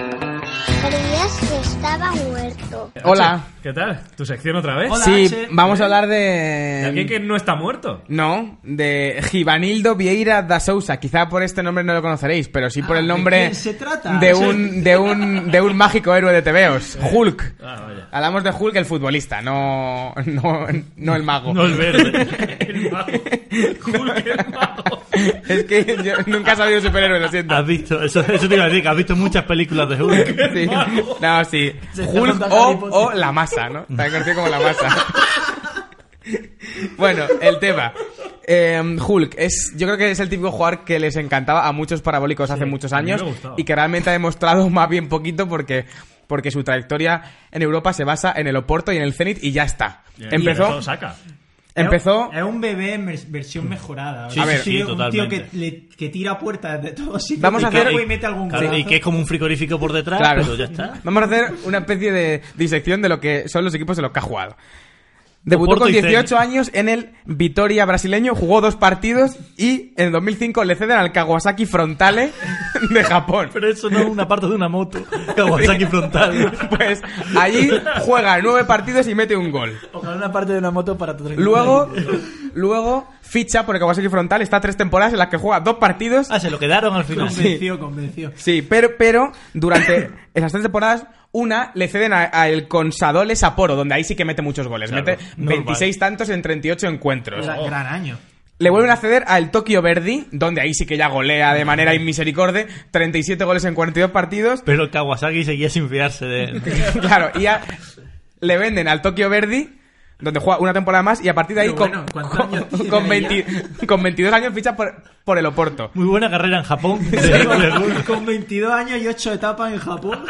Creías que estaba muerto.
Hola.
¿Qué tal? ¿Tu sección otra vez?
Hola,
Sí,
H.
vamos a hablar
¿De alguien
de...
que no está muerto?
No, de Givanildo Vieira da Sousa. Quizá por este nombre no lo conoceréis, pero sí por
Ah,
el
¿de
nombre
quién se trata?
de un de un de un mágico héroe de tebeos, Hulk.
Ah, vaya.
Hablamos de Hulk, el futbolista, no no, no el mago.
No el verde.
El mago. Hulk, el mago.
es que yo nunca he sabido superhéroe, lo siento.
Has visto, eso, eso te iba a decir, que has visto muchas películas de Hulk.
Sí. No, sí.
Se está
Hulk
contando Harry
o,
Potter.
o la masa, ¿no? También conocido como la masa. bueno, el tema. Eh, Hulk, es, yo creo que es el típico jugador que les encantaba a muchos parabólicos hace muchos
a mí me
años
gustaba.
y que realmente ha demostrado más bien poquito porque, porque su trayectoria en Europa se basa en el Oporto y en el Zenit y ya está.
Y
empezó,
Saca.
empezó.
Es un bebé en vers- versión mejorada.
Sí,
¿verdad?
A ver,
sí,
un
totalmente.
tío que, le- que tira puertas de todos sitios.
Vamos a
y que
hacer-
luego y mete algún
Claro,
golazo.
y que es como un frigorífico por detrás,
Claro.
Ah, pero ya está.
Vamos a hacer una especie de disección de lo que son los equipos de los que ha jugado. Debutó
Oporto
con
y
18
Zenit.
años en el Vitoria brasileño, jugó dos partidos y en el 2005 le ceden al Kawasaki Frontale de Japón.
Pero eso no es una parte de una moto. Kawasaki frontal.
Pues allí juega nueve partidos y mete un gol.
Ojalá una parte de una moto para tu
Luego, luego ficha por el Kawasaki Frontal, está tres temporadas en las que juega dos partidos.
Ah, se lo quedaron al final.
Convenció, convenció.
Sí, pero, pero durante esas tres temporadas, una le ceden a- a el Consadole Sapporo, donde ahí sí que mete muchos goles.
Claro,
mete
normal.
26 tantos en 38 encuentros.
Gran- Gran año.
Le vuelven a ceder al Tokio Verdi, donde ahí sí que ya golea de manera inmisericorde, 37 goles en 42 partidos.
Pero el Kawasaki seguía sin fiarse de él.
claro, y ya le venden al Tokio Verdi, donde juega una temporada más, y a partir de ahí
Pero
con,
bueno, ¿cuántos
con-
años tiene
con
ya?
20 con 22 años ficha por, por el Oporto.
Muy buena carrera en Japón.
Con- Con 22 años y 8 etapas en Japón.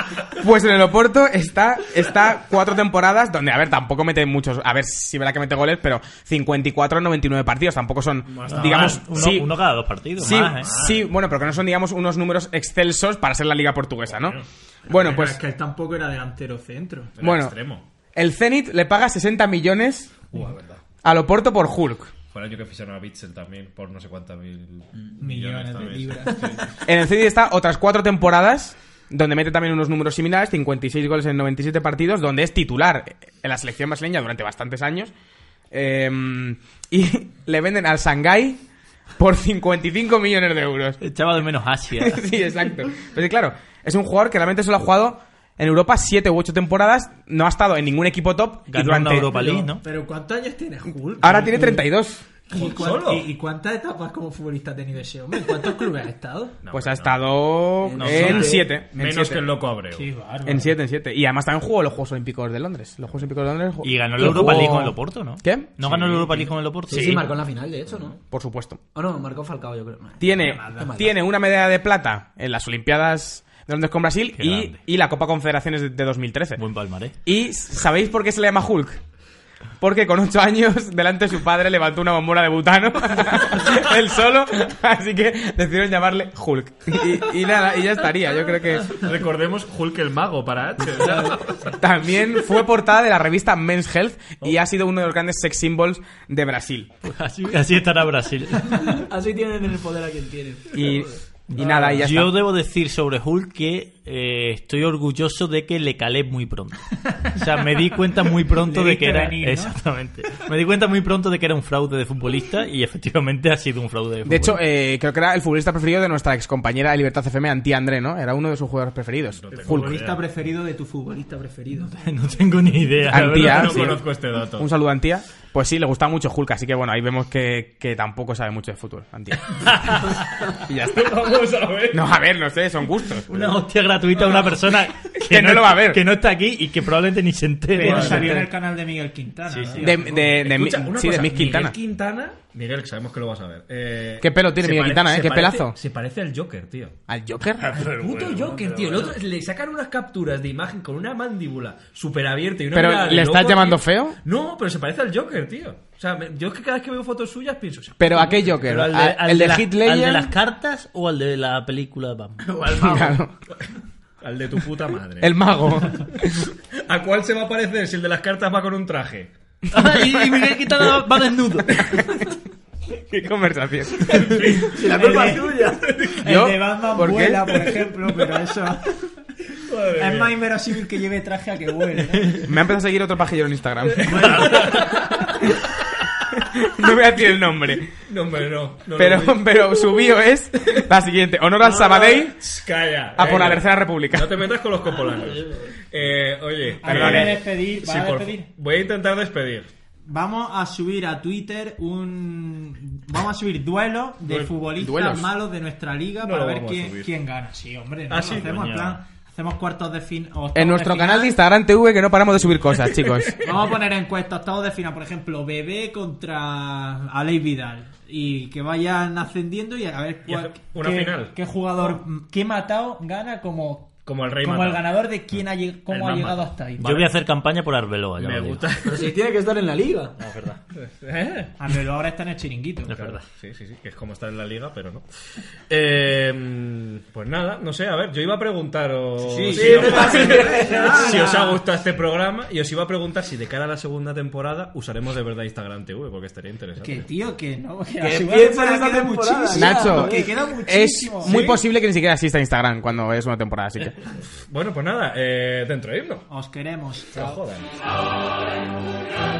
Pues en el Oporto está, está cuatro temporadas donde, a ver, tampoco mete muchos, a ver si verá que mete goles, pero 54 en 99 partidos, tampoco son, digamos,
Más, uno,
sí,
uno cada dos partidos.
sí,
más, ¿eh?
sí, bueno, pero que no son, digamos, unos números excelsos para ser la liga portuguesa, ¿no? Bueno,
Es
pues
que él tampoco era delantero centro.
Era
Bueno.
extremo.
el Zenit le paga 60 millones
Uh, la verdad.
al Oporto por Hulk.
Fue el año que ficharon a Bitzel también por no sé cuántas mil
Millones
millones,
de
también.
libras.
En el Zenit está otras cuatro temporadas, donde mete también unos números similares, 56 goles en 97 partidos, donde es titular en la selección brasileña durante bastantes años. Em, y le venden al Shanghái por 55 millones de euros.
Echaba de menos Asia.
sí, exacto. Pero sí, claro, es un jugador que realmente solo ha jugado en Europa 7 u 8 temporadas, no ha estado en ningún equipo top y
Ganó
durante...
una Europa League, ¿no?
Pero ¿cuántos años tiene Hulk?
Ahora tiene 32.
¿Y, cuán-
¿Solo?
y- y cuántas etapas como futbolista ha tenido ese hombre? ¿En cuántos clubes ha estado?
No,
pues
hombre,
ha
no.
estado
No,
en
no.
7.
Menos que el loco Abreu.
Qué bárbaro.
En 7, en 7. Y además también jugó los Juegos Olímpicos de Londres. Los Juegos Olímpicos de Londres. ju-
Y ganó la
los
Europa
jugó-
League con el Oporto, ¿no?
¿Qué?
¿No ganó la Europa League con el Oporto?
Sí, sí, marcó en la final, de hecho, ¿no?
Por supuesto.
O no, marcó Falcao, yo creo.
Tiene,
Qué maldad.
tiene una medalla de plata en las Olimpiadas de Londres con Brasil
Qué
y,
grande.
y la Copa Confederaciones de, de 2013.
Buen palmarés.
¿Y sabéis por qué se le llama Hulk? Porque con 8 años, delante de su padre, levantó una bombona de butano. él solo. Así que decidieron llamarle Hulk. Y, y nada, y ya estaría. Yo creo que
Recordemos Hulk el mago para H. o sea,
también fue portada de la revista Men's Health y ha sido uno de los grandes sex symbols de Brasil.
Pues así, así estará Brasil.
Así tienen el poder a quien tienen.
Y, y nada, y ya
Yo
está.
debo decir sobre Hulk que eh, estoy orgulloso de que le calé muy pronto. O sea, me di cuenta muy pronto
Le
de que
viste
era.
venir, ¿no?
Exactamente. Me di cuenta muy pronto de que era un fraude de futbolista y efectivamente ha sido un fraude de
De hecho,
futbolista.
eh, creo que era el futbolista preferido de nuestra excompañera de Libertad FM, Antía André, ¿no? Era uno de sus jugadores preferidos. Hulk.
Futbolista preferido de tu futbolista preferido.
eh,
no tengo ni idea. la
Antía,
verdad.
no
sí.
conozco este dato.
Un saludo a Antía. Pues sí, le gustaba mucho Hulk, así que bueno, ahí vemos que, que tampoco sabe mucho de fútbol, Antía. y ya está.
Vamos a ver.
No, a ver, no sé, son gustos.
Una hostia gratuita a una persona que,
Que no lo va a ver.
Que no está aquí y que probablemente ni se entere.
Pero
Vale.
salió en el canal de Miguel Quintana.
Sí, sí.
¿no?
De, de, de, mi-
Escucha, una
sí, de
cosa,
Miss Quintana.
Miguel Quintana. Miguel, que sabemos que lo vas a ver. Eh,
Qué pelo tiene
se
Miguel
pare-
Quintana, ¿eh?
se
Qué
parece-
pelazo.
Se parece al Joker, tío.
¿Al Joker?
Puto Joker, tío. El otro, le sacan unas capturas de imagen con una mandíbula súper abierta y una
¿Pero
mirada de
le estás
loco,
llamando
tío.
feo?
No, pero se parece al Joker, tío. O sea, me- yo es que cada vez que veo fotos suyas pienso... o sea,
¿Pero a qué Joker?
Pero al
¿A-
al
¿El de
las-
Heath
¿Al de
Ledger?
las cartas o al de la película de Batman?
Claro,
Al de tu puta madre.
El mago.
¿A cuál se va a parecer si el de las cartas va con un traje?
y, Miguel Quintana va desnudo.
Qué conversación.
La
culpa
es tuya.
El
Yo-
de Batman
¿por qué?
vuela, por ejemplo, pero eso. es más inverosímil que lleve traje a que vuele. ¿no?
Me ha empezado a seguir otro pajillero en Instagram. no voy a decir el nombre.
No, hombre, no. no
Pero,
no, no.
pero su bio es la siguiente. Honor al Sabadell
Shh, Ah, Calla.
a por la
venga.
tercera república.
No te metas con los copolanos. Eh, oye,
Hay que
Perdone.
despedir,
sí,
¿va a
por-
despedir?
voy a intentar despedir.
Vamos a subir a Twitter un. Vamos a subir duelos de
Duel-
futbolistas
duelos.
malos de nuestra liga
No
para
lo
ver
vamos a
quién,
subir.
quién gana. Sí, hombre, no,
Ah,
lo
sí,
hacemos en
coño.
plan. Hacemos cuartos de fin. octavos de
En nuestro
final.
canal de Instagram TV que no paramos de subir cosas, chicos.
Vamos a poner encuestas, octavos de final, por ejemplo, Bebé contra Alei Vidal. Y que vayan ascendiendo y a ver
Y
cuál-
hace- una
qué,
final.
qué jugador, qué matado gana como,
Como el rey
Como
Mata.
el ganador de quién ha, lleg-
El
cómo
más
ha llegado
matado.
hasta ahí.
Vale.
Yo voy a hacer campaña por Arbeloa. ya
Me
lo digo.
gusta.
Pero si tiene que estar en la liga.
No, es verdad.
¿Eh?
Ah, pero ahora está en el chiringuito.
Es verdad.
Sí, sí, sí, que es como estar en la liga, pero no. Eh, pues nada, no sé, a ver, yo iba a preguntaros
Sí,
si,
sí,
os,
nada.
si os ha gustado este programa y os iba a preguntar si de cara a la segunda temporada usaremos de verdad Instagram TV, porque estaría interesante.
Que tío, que no. Que,
Que
la segunda
piensa en
temporada
esta
queda
temporada,
muchísimo.
ya,
Nacho,
joder.
que queda
Es
muchísimo.
muy posible que ni siquiera exista Instagram cuando es una temporada, así que.
Bueno, pues nada, eh, dentro de himno.
Os queremos.
Que os jodan.
Ahora